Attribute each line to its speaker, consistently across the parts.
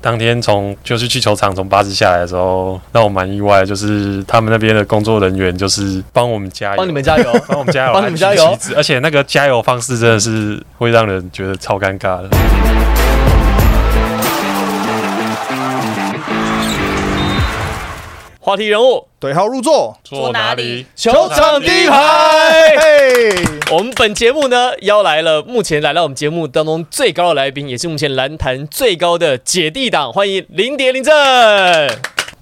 Speaker 1: 当天从就是去球场从巴士下来的时候，让我蛮意外，就是他们那边的工作人员就是帮我们加油，
Speaker 2: 帮你们加油，
Speaker 1: 帮我们加油，
Speaker 2: 帮你们加油
Speaker 1: 按旗帜而且那个加油方式真的是会让人觉得超尴尬的。
Speaker 2: 话题人物，
Speaker 3: 对号入座，
Speaker 1: 坐
Speaker 4: 哪里？
Speaker 2: 球场第一排。
Speaker 3: 嘿，
Speaker 2: 我们本节目呢，邀来了目前来到我们节目当中最高的来宾，也是目前篮坛最高的姐弟档，欢迎林蝶林正。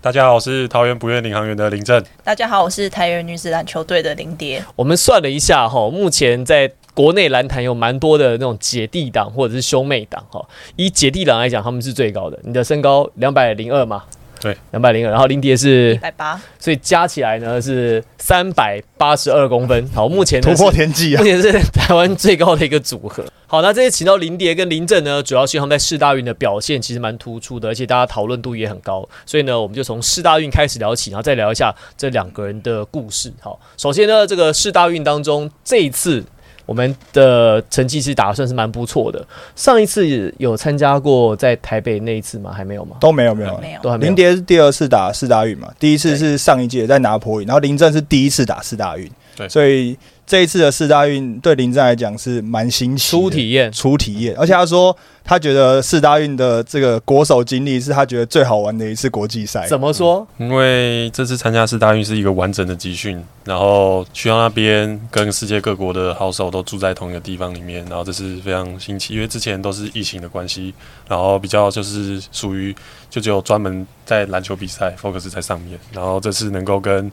Speaker 1: 大家好，我是桃园不夜领航员的林正。
Speaker 4: 大家好，我是台原女子篮球队的林蝶。
Speaker 2: 我们算了一下哈，目前在国内篮坛有蛮多的那种姐弟档或者是兄妹档哈。以姐弟档来讲，他们是最高的。你的身高两百零二嘛？
Speaker 1: 对，
Speaker 2: 两百零二。然后林蝶是
Speaker 4: 一，百八，
Speaker 2: 所以加起来呢是三百八十二公分。好，目前呢
Speaker 3: 突
Speaker 2: 是
Speaker 3: 破天际啊
Speaker 2: 目！前是台湾最高的一个组合。 好，那这些请到林蝶跟林正呢，主要是因为他们在世大运的表现其实蛮突出的，而且大家讨论度也很高，所以呢，我们就从世大运开始聊起，然后再聊一下这两个人的故事。好，首先呢，这个世大运当中，这一次我们的成绩其实打得算是蛮不错的。上一次有参加过在台北那一次吗？还没有吗？
Speaker 3: 都没有没有，
Speaker 4: 没有
Speaker 2: 都还没有
Speaker 3: 林。蝶是第二次打四大运嘛，第一次是上一届在拿破运，然后林正是第一次打四大运，
Speaker 1: 对
Speaker 3: 所以这一次的四大运对林正来讲是蛮新奇的，
Speaker 2: 初体验，
Speaker 3: 初体验，而且他说他觉得四大运的这个国手经历是他觉得最好玩的一次国际赛，
Speaker 2: 怎么说？
Speaker 3: 嗯
Speaker 1: 因为这次参加四大运是一个完整的集训，然后去到那边跟世界各国的好手都住在同一个地方里面，然后这是非常新奇，因为之前都是疫情的关系，然后比较就是属于就只有专门在篮球比赛 focus 在上面，然后这次能够跟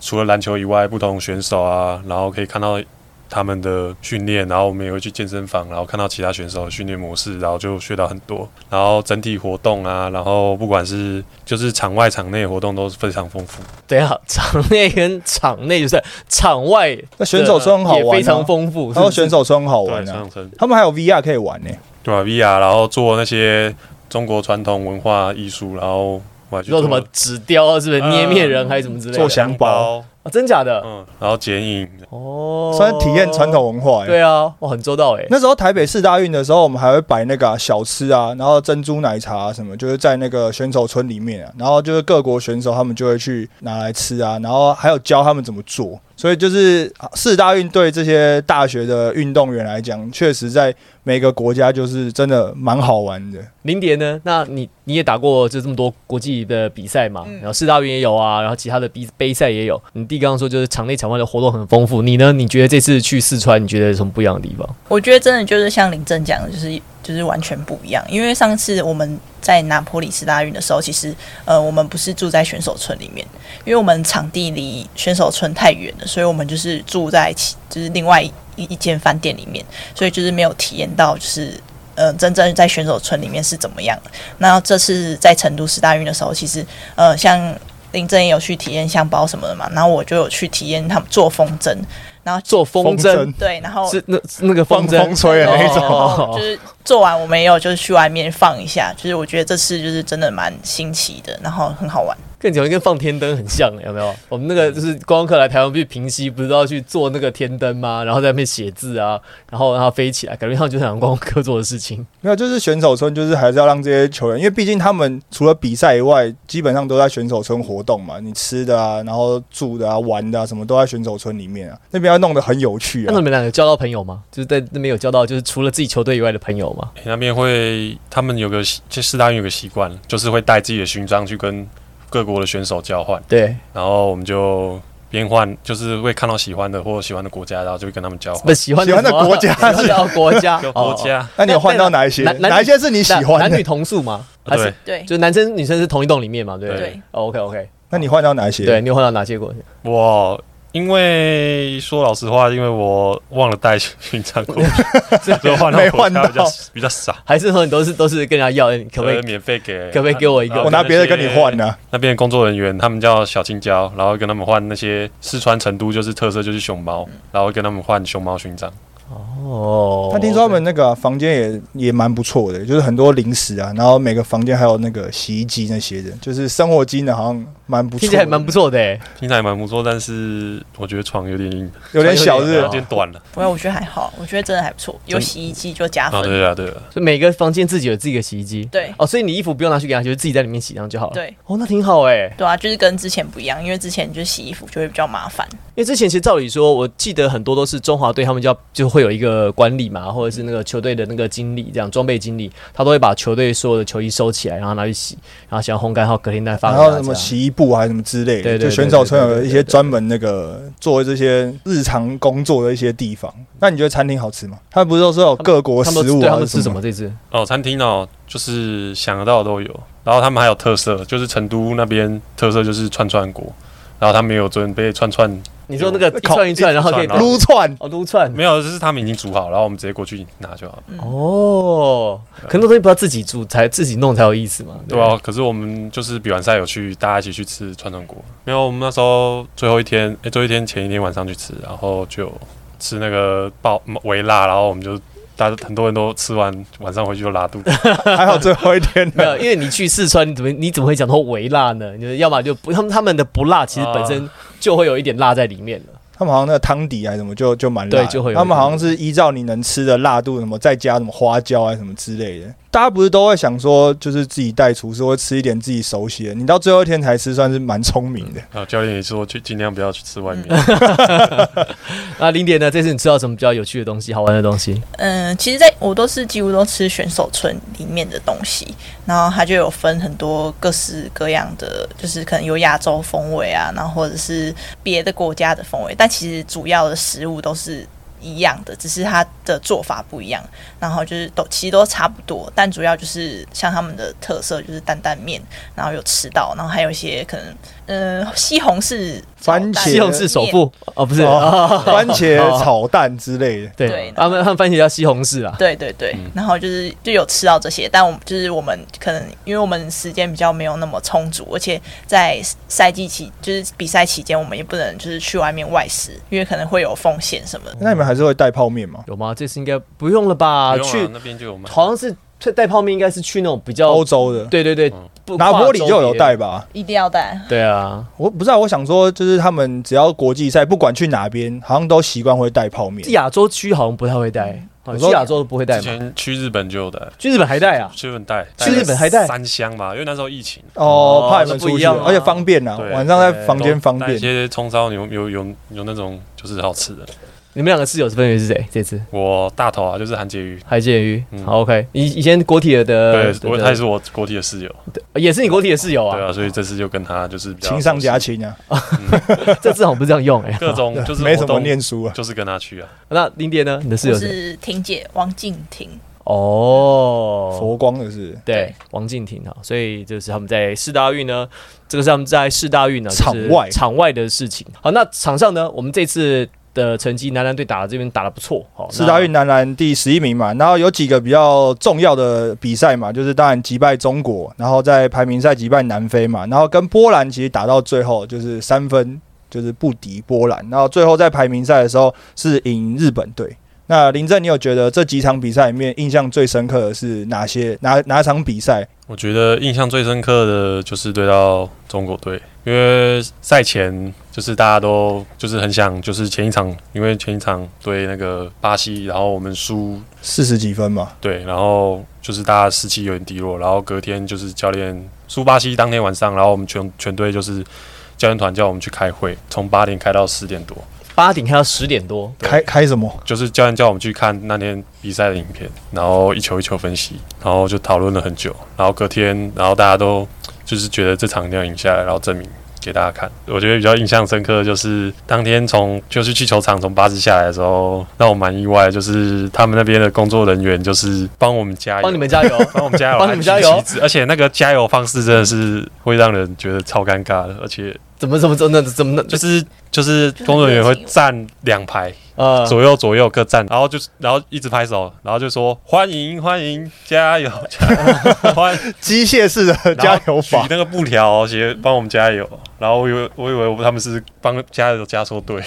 Speaker 1: 除了篮球以外不同选手啊，然后可以看到。他们的训练，然后我们也会去健身房，然后看到其他选手的训练模式，然后就学到很多。然后整体活动啊，然后不管是就是场外场内活动都是非常丰富。
Speaker 2: 对啊，场内跟场内就是场外
Speaker 3: 那选手村很好玩啊
Speaker 2: 也非常丰富。
Speaker 3: 然后
Speaker 2: 是不是
Speaker 3: 选手村很好玩啊
Speaker 1: 上，升
Speaker 3: 他们还有 VR 可以玩呢、
Speaker 1: 对吧？VR，然后做那些中国传统文化艺术，然后我还去
Speaker 2: 说什么纸雕是不是
Speaker 1: 嗯
Speaker 2: 捏面人还是什么之类
Speaker 3: 做
Speaker 2: 的？
Speaker 3: 香包，
Speaker 2: 啊真假的？
Speaker 1: 嗯，然后剪影，
Speaker 2: 哦，
Speaker 3: 算是体验传。统文化、欸。
Speaker 2: 对啊，哇，很周到哎。
Speaker 3: 那时候台北市大运的时候，我们还会摆那个啊、小吃啊，然后珍珠奶茶、啊、什么，就是在那个选手村里面啊，然后就是各国选手他们就会去拿来吃啊，然后还有教他们怎么做。所以就是啊市大运对这些大学的运动员来讲，确实在每个国家就是真的蛮好玩的。
Speaker 2: 林蝶呢？那你你也打过就这么多国际的比赛嘛？
Speaker 4: 嗯
Speaker 2: 然后世大运也有啊，然后其他的比杯赛也有。你弟刚刚说就是场内场外的活动很丰富。你呢？你觉得这次去四川，你觉得有什么不一样的地方？
Speaker 4: 我觉得真的就是像林正讲的，就是就是完全不一样。因为上次我们在拿坡里斯大运的时候，其实呃我们不是住在选手村里面，因为我们场地离选手村太远了，所以我们就是住在其就是另外一一间饭店里面，所以就是没有体验到就是。呃，真正在选手村里面是怎么样的？那这次在成都市大运的时候，其实呃，像林正也有去体验香包什么的嘛，然后我就有去体验他们做风筝，然后
Speaker 2: 做风筝
Speaker 3: 风
Speaker 4: 对，然后
Speaker 2: 是那那个风
Speaker 3: 放风
Speaker 2: 筝，
Speaker 3: 吹的那一
Speaker 2: 哦
Speaker 3: 种。
Speaker 4: 就是做完我们也有就是去外面放一下，就是我觉得这次就是真的蛮新奇的，然后很好玩。
Speaker 2: 更讲跟放天灯很像，有没有？我们那
Speaker 3: 嗯
Speaker 2: 个就是观光客来台湾，不是平息，不是都要去做那个天灯吗？然后在那边写字啊，然后让它飞起来，感觉像就是很观光客做的事情。
Speaker 3: 没有，就是选手村，就是还是要让这些球员，因为毕竟他们除了比赛以外，基本上都在选手村活动嘛。你吃的啊，然后住的啊，玩的啊，什么都在选手村里面啊。那边要弄得很有趣
Speaker 2: 那
Speaker 3: 啊
Speaker 2: 你。们两个交到朋友吗？就是在那边有交到，就是除了自己球队以外的朋友吗？
Speaker 1: 诶那边会他们有个习其实四大运有个习惯，就是会带自己的勋章去跟各国的选手交换，
Speaker 2: 对，
Speaker 1: 然后我们就边换，就是会看到喜欢的或喜欢的国家，然后就会跟他们交
Speaker 2: 不
Speaker 1: 换。
Speaker 2: 喜欢
Speaker 3: 喜欢的
Speaker 2: 什么啊
Speaker 3: 国家
Speaker 2: 喜欢的国 家，
Speaker 1: 就国
Speaker 2: 哦。哦
Speaker 1: 家，
Speaker 3: 那你有换到哪一些？
Speaker 2: 那那
Speaker 3: 哪一些是你喜
Speaker 2: 那
Speaker 3: 欢
Speaker 2: 男
Speaker 3: 的
Speaker 2: 女？同宿吗？还
Speaker 1: 啊
Speaker 2: 是
Speaker 1: 对，
Speaker 4: 对，
Speaker 2: 就男生女生是同一栋里面嘛？对不
Speaker 4: 对
Speaker 2: ？OK OK，
Speaker 3: 那你换到哪一些？
Speaker 2: 对，，你有换到哪些国家？
Speaker 1: 我因为说老实话，因为我忘了带勋章 过去，所以换到
Speaker 3: 没
Speaker 1: 国
Speaker 3: 换
Speaker 1: 家比较
Speaker 3: 到
Speaker 1: 比较少，
Speaker 2: 还是说你都是都是跟人家要？你可不可以
Speaker 1: 所？免费给？
Speaker 2: 可不可以给我一个
Speaker 1: 然后
Speaker 3: 我拿别的跟你换
Speaker 1: 那些
Speaker 3: 呢、啊。
Speaker 1: 那边的工作人员他们叫小青椒，然后跟他们换那些四川成都就是特色就是熊猫，然后跟他们换熊猫勋章。
Speaker 2: 哦，
Speaker 3: 但呃听说他们那个房间也也蛮不错的，就是很多零食啊，然后每个房间还有那个洗衣机那些的，就是生活机能好像蛮不错
Speaker 2: 听
Speaker 3: 的，
Speaker 2: 起来蛮不错的欸，
Speaker 1: 听起来蛮不错，但是我觉得床有点硬，
Speaker 3: 有点小
Speaker 2: 对
Speaker 3: 日
Speaker 1: 有
Speaker 2: 啊
Speaker 1: 点短了。
Speaker 4: 不过我觉得还好，我觉得真的还不错，有
Speaker 1: 真
Speaker 4: 洗衣机就加分。
Speaker 1: 啊，对啊，对啊，
Speaker 2: 所以每个房间自己有自己的洗衣机。
Speaker 4: 对
Speaker 2: 哦，所以你衣服不用拿去给他，就是自己在里面洗这样就好了。，
Speaker 4: 对
Speaker 2: 哦，那挺好哎。
Speaker 4: 对啊，就是跟之前不一样，因为之前就是洗衣服就会比较麻烦。
Speaker 2: 因为之前其实照理说，我记得很多都是中华队他们就要就会有一个管理嘛，或者是那个球队的那个经理这样装备经理，他都会把球队所有的球衣收起来，然后拿去洗，然后洗完烘干后隔天再发
Speaker 3: 然
Speaker 2: 给大
Speaker 3: 后
Speaker 2: 家
Speaker 3: 什么
Speaker 2: 这样
Speaker 3: 洗衣布啊还是什么之类
Speaker 2: 对对
Speaker 3: 的，就
Speaker 2: 对
Speaker 3: 选手村
Speaker 2: 对对
Speaker 3: 有
Speaker 2: 对
Speaker 3: 一
Speaker 2: 对
Speaker 3: 些专门那个做这些日常工作的一些地方。那你觉得餐厅好吃吗？他们不是都说有各国
Speaker 2: 他
Speaker 3: 食
Speaker 2: 们都
Speaker 3: 物
Speaker 2: 对他
Speaker 3: 啊
Speaker 2: 们吃
Speaker 3: 什
Speaker 2: 什
Speaker 3: 么
Speaker 2: 么？这次？
Speaker 1: 哦，餐厅哦，就是想得到的都有。然后他们还有特色，就是成都那边特色就是串串锅，然后他们也有准备串串，
Speaker 2: 你说那个一串一串，然后可以
Speaker 1: 烤
Speaker 3: 撸串
Speaker 2: 哦撸串
Speaker 1: 没有，就是他们已经煮好，然后我们直接过去拿就好
Speaker 2: 嗯
Speaker 1: 了，
Speaker 2: 哦，可能那东西不要自己煮才自己弄才有意思嘛，
Speaker 1: 对吧、可是我们就是比完赛有去，大家一起去吃串串锅。没有，我们那时候最后一天，诶，最后一天前一天晚上去吃，然后就吃那个爆微辣，然后我们就大家很多人都吃完，晚上回去就拉肚子。
Speaker 3: 还好最后一天
Speaker 2: 没有，
Speaker 3: 呢。
Speaker 2: 因为你去四川，你怎么你怎么会讲到微辣呢？你要么就不他们他们的不辣，其实本身就会有一点辣在里面了。
Speaker 3: 他们好像那个汤底啊还是什么，就就蛮辣
Speaker 2: 对
Speaker 3: 的。
Speaker 2: 就会有
Speaker 3: 他们好像是依照你能吃的辣度，什么再加什么花椒啊什么之类的。大家不是都会想说，就是自己带厨师会吃一点自己熟悉的。你到最后一天才吃，算是蛮聪明
Speaker 2: 嗯
Speaker 3: 的。
Speaker 1: 然后教练也说，去尽量不要去吃外面。
Speaker 2: 那林蝶呢？这次你吃到什么比较有趣的东西、好玩的东西？
Speaker 4: 嗯，其实在我都是几乎都吃选手村里面的东西，然后它就有分很多各式各样的，就是可能有亚洲风味啊，然后或者是别的国家的风味，但其实主要的食物都是一样的，只是它的做法不一样，然后就是都其实都差不多，但主要就是像他们的特色就是担担面，然后有吃到，然后还有一些可能，嗯、西红柿炒蛋
Speaker 3: 番茄
Speaker 2: 西红柿首富哦，不是，
Speaker 3: 哦
Speaker 2: 哦
Speaker 3: 番茄炒蛋之类的。
Speaker 2: 对
Speaker 4: 对，
Speaker 2: 他们他们番茄叫西红柿啊。
Speaker 4: 对对对，然后就是就有吃到这些，但我们就是我们可能因为我们时间比较没有那么充足，而且在赛季期就是比赛期间，我们也不能就是去外面外食，因为可能会有风险什么的。
Speaker 3: 那你们还是会带泡面吗？
Speaker 2: 有吗？这次应该不用了吧？
Speaker 1: 不用
Speaker 2: 去
Speaker 1: 啊那边就有卖。
Speaker 2: 好像是去带泡面，应该是去那种比较
Speaker 3: 欧洲的，
Speaker 2: 哦对对对，
Speaker 1: 嗯
Speaker 2: 不
Speaker 3: 拿坡里就有。
Speaker 2: 跨
Speaker 3: 带
Speaker 2: 州别
Speaker 3: 吧？
Speaker 4: 一定要带，
Speaker 2: 对啊，
Speaker 3: 我不知道，我想说，就是他们只要国际赛，不管去哪边，好像都习惯会带泡面。
Speaker 2: 亚洲区好像不太会带，哦
Speaker 3: 我
Speaker 2: 去
Speaker 3: 说
Speaker 2: 亚洲都不会带
Speaker 1: 嗯之
Speaker 2: 嘛。
Speaker 1: 前去日本就有的，
Speaker 2: 去日本还带啊？
Speaker 1: 去日本带，
Speaker 2: 去日本还带
Speaker 1: 三箱吧，因为那时候疫情，
Speaker 3: 哦
Speaker 2: 哦，
Speaker 3: 怕你们出
Speaker 2: 那不一
Speaker 3: 去，
Speaker 2: 样啊
Speaker 3: 而且方便啊，
Speaker 1: 对
Speaker 3: 晚上在房间方
Speaker 1: 带一
Speaker 3: 便。
Speaker 1: 些葱烧牛有有有有那种就是好吃的。
Speaker 2: 你们两个室友是分别是谁？这次
Speaker 1: 我大头啊，就是韩杰瑜，
Speaker 2: 海剑鱼，
Speaker 1: 嗯
Speaker 2: 好 OK。以以前国铁的，
Speaker 1: 对我他也是我国体的室友，
Speaker 2: 也是你国铁的室友
Speaker 1: 对
Speaker 2: 啊。
Speaker 1: 啊，所以这次就跟他就是比较
Speaker 3: 情上加情啊，
Speaker 2: 这次好像不是这样用哎。
Speaker 1: 各种 就是
Speaker 3: 没
Speaker 1: 活
Speaker 3: 什么
Speaker 1: 动
Speaker 3: 念书啊。
Speaker 1: 就是跟他去啊，
Speaker 2: 那林蝶呢？你的室
Speaker 4: 我
Speaker 2: 友是谁？
Speaker 4: 是婷姐王静婷，
Speaker 2: 哦，
Speaker 3: 佛光的是
Speaker 2: 对，王静婷啊，所以就是他们在世大运呢，这个是他们在世大运呢就是
Speaker 3: 场外
Speaker 2: 场外的事情。好，那场上呢，我们这次的成绩，男篮队打的这边打的不错，好，
Speaker 3: 四大
Speaker 2: 那
Speaker 3: 运男篮第十一名嘛，然后有几个比较重要的比赛嘛，就是当然击败中国，然后在排名赛击败南非嘛，然后跟波兰其实打到最后就是三分就是不敌波兰，然后最后在排名赛的时候是赢日本队。那林正，你有觉得这几场比赛里面印象最深刻的是哪些哪哪场比赛？
Speaker 1: 我觉得印象最深刻的就是对到中国队，因为赛前就是大家都就是很想，就是前一场因为前一场对那个巴西，然后我们输
Speaker 3: 四十几分嘛，
Speaker 1: 对，然后就是大家士气有点低落，然后隔天就是教练苏巴西当天晚上，然后我们全全队就是教练团叫我们去开会，从八点开到十点多，
Speaker 2: 八点开到十点多，
Speaker 3: 开开什 么？
Speaker 1: 就是教练叫我们去看那天比赛的影片，然后一球一球分析，然后就讨论了很久，然后隔天，然后大家都就是觉得这场一定要赢下来，然后证明。给大家看，我觉得比较印象深刻的就是当天从就是去球场从巴士下来的时候，让我蛮意外，就是他们那边的工作人员就是帮我们加油，
Speaker 2: 帮你们 加油。
Speaker 1: 帮我们加油，
Speaker 2: 帮你们加油
Speaker 1: 还举旗帜！而且那个加油方式真的是会让人觉得超尴尬的，而且
Speaker 2: 怎么怎么怎么怎么
Speaker 1: 就
Speaker 2: 就是
Speaker 1: 是就是工作人员会站两排，
Speaker 2: 呃，
Speaker 1: 左右左右各站，然后就是然后一直拍手，然后就说欢迎欢迎，加油 加油，欢
Speaker 3: 机械式的加油
Speaker 1: 举
Speaker 3: 法，
Speaker 1: 那个布条写帮我们加油，然后我以为我以为他们是帮加油加错队，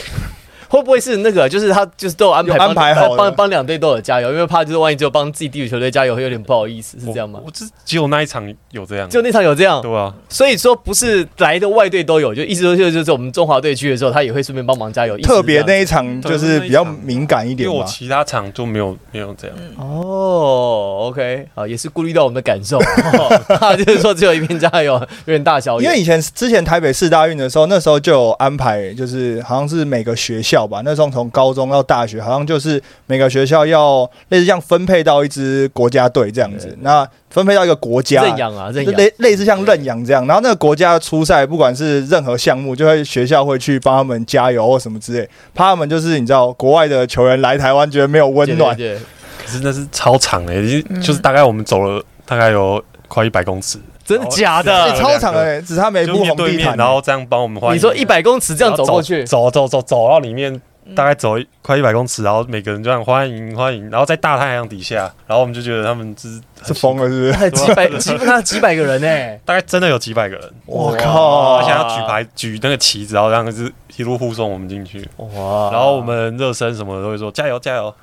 Speaker 2: 会不会是那个？就是他就是都有安排，
Speaker 3: 有安排好
Speaker 2: 帮
Speaker 3: 了
Speaker 2: 帮帮两队都有加油，因为怕就是万一只有帮自己地主球队加油，会有点不好意思，是这样吗
Speaker 1: 我？我只只有那一场有这样，
Speaker 2: 就那场有这样，
Speaker 1: 对啊，
Speaker 2: 所以说不是来的外队都有，就意思说就是就是我们中华队去的时候，他也会顺便帮忙加油，意思是
Speaker 3: 特别
Speaker 2: 这样
Speaker 3: 那一场就是比较敏感一
Speaker 1: 因为
Speaker 3: 点
Speaker 1: 我
Speaker 3: 吧。
Speaker 1: 其他场就没有没有这样。
Speaker 2: 哦，OK，好，也是顾虑到我们的感受， 哦、就是说只有一片加油，有点大小眼，
Speaker 3: 因为以前之前台北市大运的时候，那时候就有安排，就是好像是每个学校吧，那时候从高中到大学，好像就是每个学校要类似像分配到一支国家队这样子，那分配到一个国家，
Speaker 2: 认养啊，认
Speaker 3: 就
Speaker 2: 养。
Speaker 3: 类类似像认养这样，然后那个国家出赛，不管是任何项目，就会学校会去帮他们加油或什么之类，怕他们就是你知道，国外的球员来台湾觉得没有温暖，
Speaker 2: 对对对
Speaker 1: 可是那是超长的、已经、
Speaker 4: 嗯
Speaker 1: 就是大概我们走了大概有快一百公尺，
Speaker 2: 真的假
Speaker 1: 对
Speaker 2: 的？
Speaker 1: 对
Speaker 3: 欸
Speaker 1: 对
Speaker 3: 超长的、欸，只差没
Speaker 2: 哎
Speaker 1: 就
Speaker 3: 铺
Speaker 1: 面
Speaker 3: 红
Speaker 1: 对
Speaker 3: 地
Speaker 1: 面，
Speaker 3: 毯，
Speaker 1: 然后这样帮我
Speaker 3: 哦
Speaker 1: 们换。
Speaker 2: 你说一百公尺这样走过去，
Speaker 1: 走走走走到里面，大概走一快一百公尺，然后每个人这样欢迎欢迎，然后在大太阳底下，然后我们就觉得他们就是
Speaker 3: 是疯了是不是？
Speaker 2: 哎几百几那几百个人呢、
Speaker 1: 大概真的有几百个人，
Speaker 3: 我
Speaker 1: 而且
Speaker 3: 靠！
Speaker 1: 哦要举牌举那个旗子，然后这样子一路护送我们进去，
Speaker 2: 哇！
Speaker 1: 然后我们热身什么的都会说加油加油，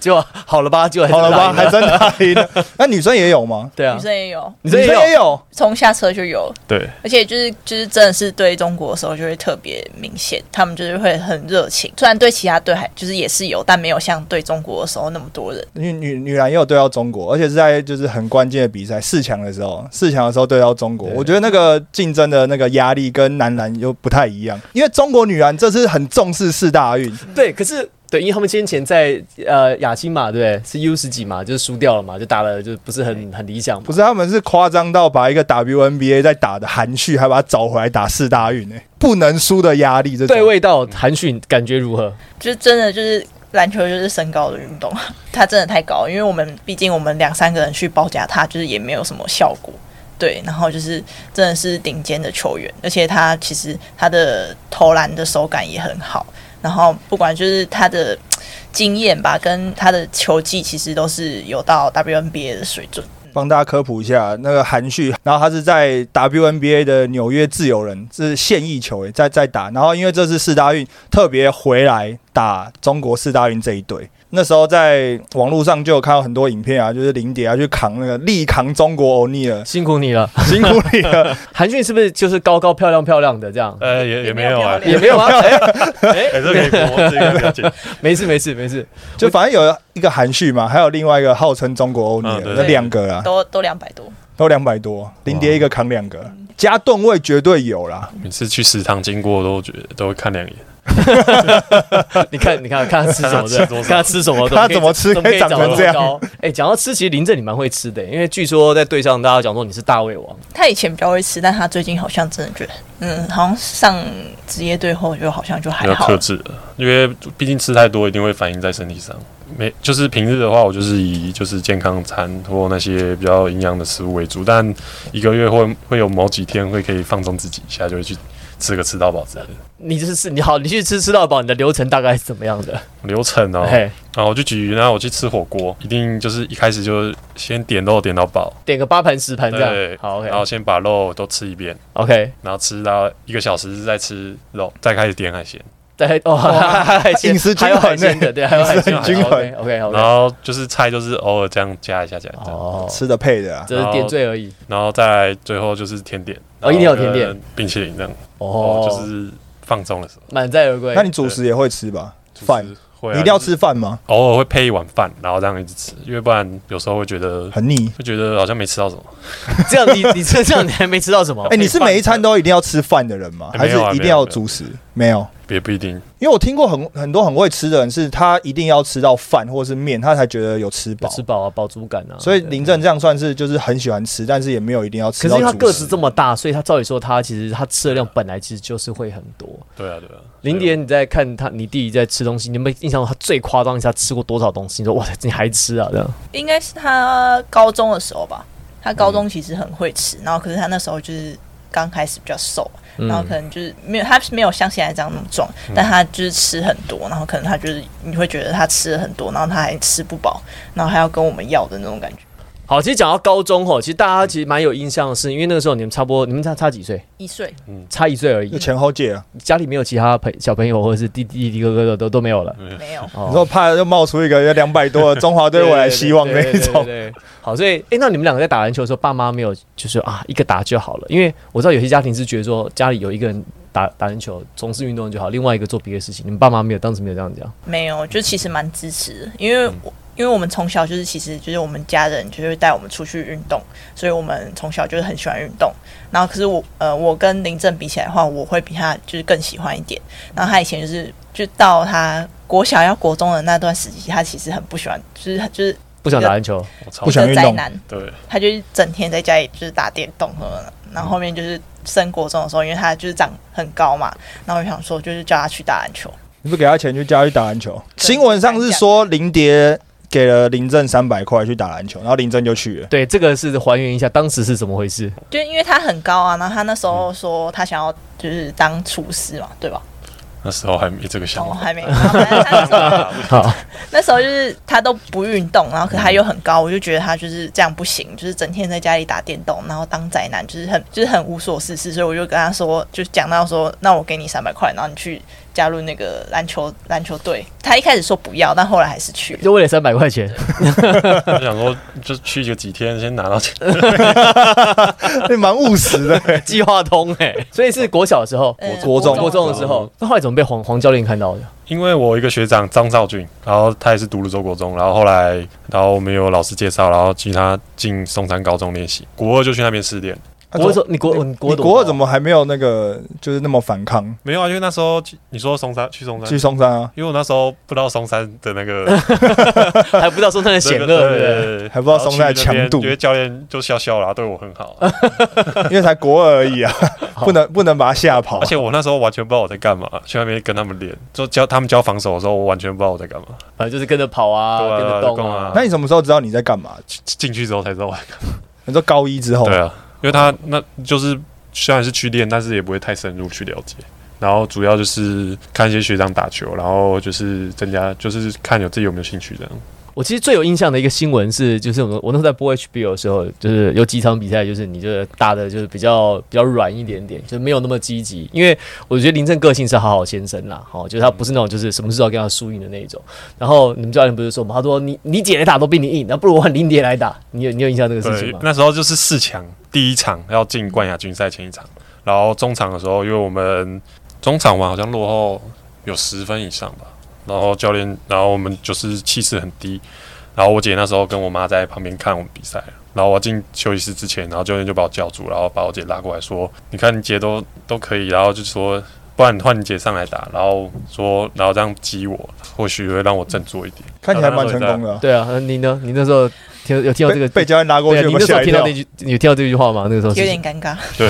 Speaker 2: 就好了吧，就
Speaker 3: 好了吧，还真打赢了。那女生也有吗？
Speaker 2: 对啊
Speaker 4: 女，生也有，
Speaker 2: 你
Speaker 3: 女
Speaker 2: 这
Speaker 3: 生
Speaker 2: 也有
Speaker 3: 也有，
Speaker 4: 从下车就有了，
Speaker 1: 对，
Speaker 4: 而且就是就是真的是对中国的时候就会特别明显，他们就是会很热情。虽然对其他队还就是也是有，但没有像对中国的时候那么多人。
Speaker 3: 女女女篮也有对到中国，而且是在就是很关键的比赛四强的时候，四强的时候对到中国，
Speaker 2: 对
Speaker 3: 我觉得那个竞争的那个压力跟男篮又不太一样，因为中国女篮这次很重视四大运，
Speaker 2: 对，可是对，因为他们先前在呃亚青嘛，对不对？是 U 十几嘛，就是输掉了嘛，就打了，就不是很很理想嘛。
Speaker 3: 不是他们是夸张到把一个 WNBA 在打的含蓄，还把它找回来打四大运呢、欸不能输的压力这种。
Speaker 2: 对味道韩讯感觉如何？，
Speaker 4: 就是真的就是篮球就是身高的运动， 它真的太高了，因为我们毕竟我们两三个人去包夹它，就是也没有什么效果。对，然后就是真的是顶尖的球员，而且他其实他的投篮的手感也很好，然后不管就是他的嘖经验吧，跟他的球技其实都是有到 WNBA 的水准。
Speaker 3: 帮大家科普一下那个韩旭，然后他是在 WNBA 的纽约自由人，是现役球员在在打，然后因为这次四大运特别回来打中国四大运这一队。那时候在网络上就有看到很多影片啊，就是林蝶啊去扛那个力扛中国欧尼尔
Speaker 2: 辛苦你了，
Speaker 3: 辛苦你了。
Speaker 2: 韩讯是不是就是高高漂亮漂亮的这样？
Speaker 1: 呃也也没有啊，
Speaker 4: 也
Speaker 2: 也没有啊，哎 哎
Speaker 1: 哎这可以播，这个不要紧，
Speaker 2: 没事没事没事，
Speaker 3: 就反正有一个韩旭嘛，还有另外一个号称中国欧尼尔
Speaker 1: 嗯，对
Speaker 3: 那两个啊，
Speaker 4: 都都两百多，
Speaker 3: 都两百多，林蝶一个扛两个，加吨位绝对有啦。
Speaker 1: 每次去食堂经过都觉得都会看两眼，
Speaker 2: 你看你看看他吃什么
Speaker 1: 看他吃
Speaker 2: 的，
Speaker 1: 多少
Speaker 2: 看他吃什么的，
Speaker 3: 他怎么吃
Speaker 2: 怎么可以
Speaker 3: 可以长成这样
Speaker 2: 长那么高？哎，讲到吃，其实林正你蛮会吃的，因为据说在队上大家讲说你是大胃王。
Speaker 4: 他以前比较会吃，但他最近好像真的觉得，嗯，好像上职业队后就好像就还
Speaker 1: 要
Speaker 4: 好
Speaker 1: 克
Speaker 4: 了。
Speaker 1: 制了，因为毕竟吃太多一定会反映在身体上。没，就是平日的话，我就是以就是健康餐或那些比较营养的食物为主，但一个月会会有某几天会可以放纵自己一下，就会去吃个吃到饱之类的
Speaker 2: 你就是吃你好，你去吃吃到饱，你的流程大概是怎么样的？
Speaker 1: 流程哦。
Speaker 2: 哎，
Speaker 1: 然后我就举，然后我去吃火锅，一定就是一开始就先点肉点到饱，
Speaker 2: 点个八盘十盘这
Speaker 1: 对
Speaker 2: 样。，好
Speaker 1: 然后
Speaker 2: ，OK
Speaker 1: 先把肉都吃一遍，
Speaker 2: OK，
Speaker 1: 然后吃到一个小时再吃肉，再开始点海鲜。
Speaker 2: 再哦， 海鲜
Speaker 3: 饮食均
Speaker 2: 还有海
Speaker 3: 衡呢欸
Speaker 2: 鲜的，对，还有海鲜
Speaker 1: 饮食
Speaker 3: 均衡
Speaker 2: OK
Speaker 1: 然
Speaker 2: OK，
Speaker 1: 后就是菜就是偶尔这样加一下加一下，
Speaker 2: 哦，
Speaker 3: 吃的配的啊，
Speaker 2: 这是点缀而已。
Speaker 1: 然后再最后就是甜点，
Speaker 2: 哦一定有甜点，
Speaker 1: 冰淇淋这样，
Speaker 2: 哦
Speaker 1: 哦，，就是放纵的时候，
Speaker 2: 满载而归。
Speaker 3: 那你主食也会吃吧？饭，
Speaker 2: 哦
Speaker 1: 就是会啊
Speaker 3: 你一定要，吃饭吗？
Speaker 1: 就是偶尔会配一碗饭，然后这样一直吃，因为不然有时候会觉得
Speaker 3: 很腻。
Speaker 1: 会觉得好像没吃到什么，
Speaker 2: 这样你你吃这样你还没吃到什么
Speaker 3: 哎、？你是每一餐都一定要吃饭的人吗？
Speaker 1: 哎
Speaker 3: 还
Speaker 1: 没
Speaker 3: 是
Speaker 1: 有啊
Speaker 3: 一定要主食？没有，
Speaker 1: 也不一定，
Speaker 3: 因为我听过很很多很会吃的人，是他一定要吃到饭或是面，他才觉得有吃饱。
Speaker 2: 吃饱啊，饱足感啊。
Speaker 3: 所以
Speaker 2: 对
Speaker 3: 林正这样算是就是很喜欢吃，但是也没有一定要
Speaker 2: 可
Speaker 3: 吃
Speaker 2: 是
Speaker 3: 到
Speaker 2: 因为他
Speaker 3: 主食。
Speaker 2: 个子这么大，所以他照理说他其实他吃的量本来其实就是会很多。
Speaker 1: 对啊对啊。
Speaker 2: 林蝶，你在看他你弟弟在吃东西，你有没有印象到他最夸张一下吃过多少东西？你说哇，你还吃啊？这样
Speaker 4: 应该是他高中的时候吧。他高中其实很会吃，然后可是他那时候就是刚开始比较瘦，
Speaker 2: 嗯
Speaker 4: 然后可能就是没有他没有像现在这样那么壮，但他就是吃很多，然后可能他就是你会觉得他吃了很多，然后他还吃不饱，然后还要跟我们要的那种感觉。
Speaker 2: 好，其实讲到高中吼，其实大家其实蛮有印象的是，因为那个时候你们差不多，你们差差几岁？
Speaker 4: 一岁，
Speaker 2: 差一岁而
Speaker 3: 就
Speaker 2: 已，
Speaker 3: 前后届啊，
Speaker 2: 家里没有其他朋小朋友或者是弟弟弟哥哥的都都没有了。
Speaker 1: 啊
Speaker 4: 没有，
Speaker 2: 哦
Speaker 3: 你说怕又冒出一个两百多的中华队未来希望那一 种，
Speaker 2: 对，好，所以哎、那你们两个在打篮球的时候，爸妈没有就是啊一个打就好了，因为我知道有些家庭是觉得说家里有一个人打打篮球从事运动就好，另外一个做别的事情。你们爸妈没有当时没有这样讲，
Speaker 4: 没有，就其实蛮支持的，因为
Speaker 3: 嗯
Speaker 4: 我。因为我们从小就是，其实就是我们家人就是带我们出去运动，所以我们从小就是很喜欢运动。然后可是我呃，我跟林正比起来的话，我会比他就是更喜欢一点。然后他以前就是就到他国小要国中的那段时期，他其实很不喜欢，就是就是
Speaker 2: 不想打篮球，
Speaker 1: 我超
Speaker 3: 不想运
Speaker 4: 个
Speaker 3: 动
Speaker 4: 宅男，
Speaker 1: 对，
Speaker 4: 他就是整天在家里就是打电动什么的。然后后面就是升国中的时候，因为他就是长很高嘛，然后我想说就是叫他去打篮球，
Speaker 3: 你不给他钱去家去打篮球？
Speaker 4: 对
Speaker 3: 新闻上是说林蝶给了林正三百块去打篮球，然后林正就去 了。
Speaker 2: 对，这个是还原一下当时是怎么回事。
Speaker 4: 就因为他很高啊，然后他那时候说他想要就是当厨师嘛，对吧？
Speaker 1: 那时候还没这个想
Speaker 4: 哦，
Speaker 1: 法。
Speaker 4: 还没，然后反正他那时候
Speaker 2: 好，
Speaker 4: 那时候就是他都不运动，然后可他又很高，我就觉得他就是这样不行，就是整天在家里打电动，然后当宅男，就是很就是很无所事事，所以我就跟他说，就讲到说，那我给你三百块，然后你去加入那个篮球篮球队。他一开始说不要，但后来还是去了。
Speaker 2: 就为了三百块钱，
Speaker 1: 我想说，就去个几天，先拿到钱。
Speaker 3: 你蛮务实的、
Speaker 2: 计划通哎、 所以是国小的时候，
Speaker 4: 嗯
Speaker 3: 国中
Speaker 2: 国中的时候，啊那后来怎么被黄黄教练看到的？
Speaker 1: 因为我有一个学长张少俊，然后他也是读泸州国中，然后后来，然后我们有老师介绍，然后请他进松山高中练习，国二就去那边试练。
Speaker 3: 啊
Speaker 2: 国
Speaker 3: 怎
Speaker 2: 中你国哦你
Speaker 3: 么
Speaker 2: 国
Speaker 3: 你
Speaker 2: 多
Speaker 3: 国
Speaker 2: 高
Speaker 3: 二怎么还没有那个就是那么反抗？
Speaker 1: 没有啊，因为那时候去你说松山去松山
Speaker 3: 去，松山啊，
Speaker 1: 因为我那时候不知道松山的那 个
Speaker 2: 还不知道松山的险恶？对不对
Speaker 1: 对
Speaker 3: 还不知道松山的强度哦
Speaker 1: 觉得教练就笑笑啦，对我很好，啊
Speaker 3: 因为才国二而已 啊，不能不能把他吓跑啊
Speaker 1: 而。且我那时候完全不知道我在干嘛，去那边跟他们练，就教他们教防守的时候，我完全不知道我在干嘛。
Speaker 2: 反正就是跟着跑啊，
Speaker 1: 对啊
Speaker 2: 跟着
Speaker 1: 跟
Speaker 2: 动
Speaker 1: 啊
Speaker 2: 啊。
Speaker 3: 那你什么时候知道你在干嘛？
Speaker 1: 进进去之后才知道我
Speaker 3: 哦
Speaker 1: 在干
Speaker 3: 你说高一之后
Speaker 1: 嘛，，对啊，因为他那就是虽然是去练，但是也不会太深入去了解。然后主要就是看一些学长打球，然后就是增加，就是看有自己有没有兴趣这样。
Speaker 2: 我其实最有印象的一个新闻是，就是我我那时候在播 HBO 的时候，就是有几场比赛，就是你就是打的就是比较比较软一点点，就是没有那么积极。因为我觉得林正个性是好好先生啦，哦，就是他不是那种就是什么事都要跟他输赢的那一种。然后你们教练不是说嘛，他说你你姐来打都比你硬，那不如我喊林蝶来打。你有你有印象这个事情
Speaker 1: 对
Speaker 2: 吗，？
Speaker 1: 那时候就是四强第一场要进冠亚军赛前一场，然后中场的时候，因为我们中场嘛好像落后有十分以上吧，然后教练，然后我们就是气势很低，然后我姐那时候跟我妈在旁边看我们比赛，然后我进休息室之前，然后教练就把我叫住，然后把我姐拉过来说，你看你姐都都可以，然后就说。不然换你姐上来打，然后说，然后这样激我，或许会让我振作一点。
Speaker 3: 看起来蛮成功的啊。
Speaker 2: 对啊，那你呢？你那时候听有听到这个
Speaker 3: 被被教练拉过
Speaker 2: 对
Speaker 3: 去，
Speaker 2: 啊，你
Speaker 3: 有没
Speaker 2: 那
Speaker 3: 有
Speaker 2: 时候
Speaker 3: 吓一
Speaker 2: 听到
Speaker 3: 跳
Speaker 2: 那？句，你有听到这句话吗？那个时候是
Speaker 4: 有点尴尬，
Speaker 1: 对，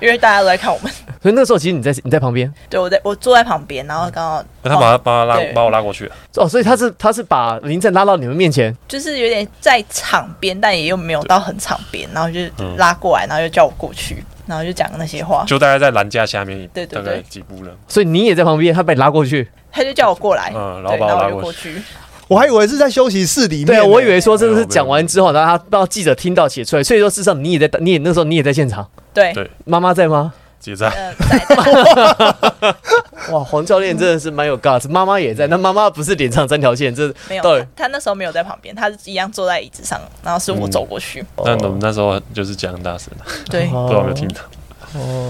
Speaker 4: 因为大家都在看我们。
Speaker 2: 所以那时候其实你在你在旁边
Speaker 4: 对，我在我坐在旁边，然后刚好
Speaker 1: 那他把他把他拉
Speaker 4: 对
Speaker 1: 把我拉过去了，
Speaker 2: 哦，所以他是他是把林正拉到你们面前，
Speaker 4: 就是有点在场边，但也又没有到很场边，然后就拉过来，然后就叫我过去，然后就讲那些 话，
Speaker 1: 就大概在栏架下面，
Speaker 4: 对对
Speaker 1: 大概
Speaker 4: 对
Speaker 1: 几步了。
Speaker 2: 所以你也在旁边，他把你拉过去。
Speaker 4: 他就叫我过来，
Speaker 1: 嗯然后
Speaker 4: 哎对，
Speaker 1: 把我
Speaker 4: 然后
Speaker 1: 拉
Speaker 4: 就
Speaker 1: 过
Speaker 4: 过去，
Speaker 3: 我还以为是在休息室里面呢。
Speaker 2: 对啊，我以为说这个是讲完之后，然后他让记者听到写出来，所以说事实上你也在，你也那时候你也在现场，
Speaker 4: 对，
Speaker 1: 对
Speaker 2: 妈妈在吗？
Speaker 1: 结账。
Speaker 4: 呃，在在
Speaker 2: 哇，黄教练真的是蛮有 guts，妈妈也在，那妈妈不是脸上三条线，这
Speaker 4: 没有
Speaker 2: 对
Speaker 4: 他，他那时候没有在旁边，他是一样坐在椅子上，然后是
Speaker 1: 嗯
Speaker 4: 我走过去，
Speaker 2: 哦
Speaker 1: 但我们那时候就是讲很大声，
Speaker 4: 对，
Speaker 3: 啊
Speaker 1: 不知道有没有听到。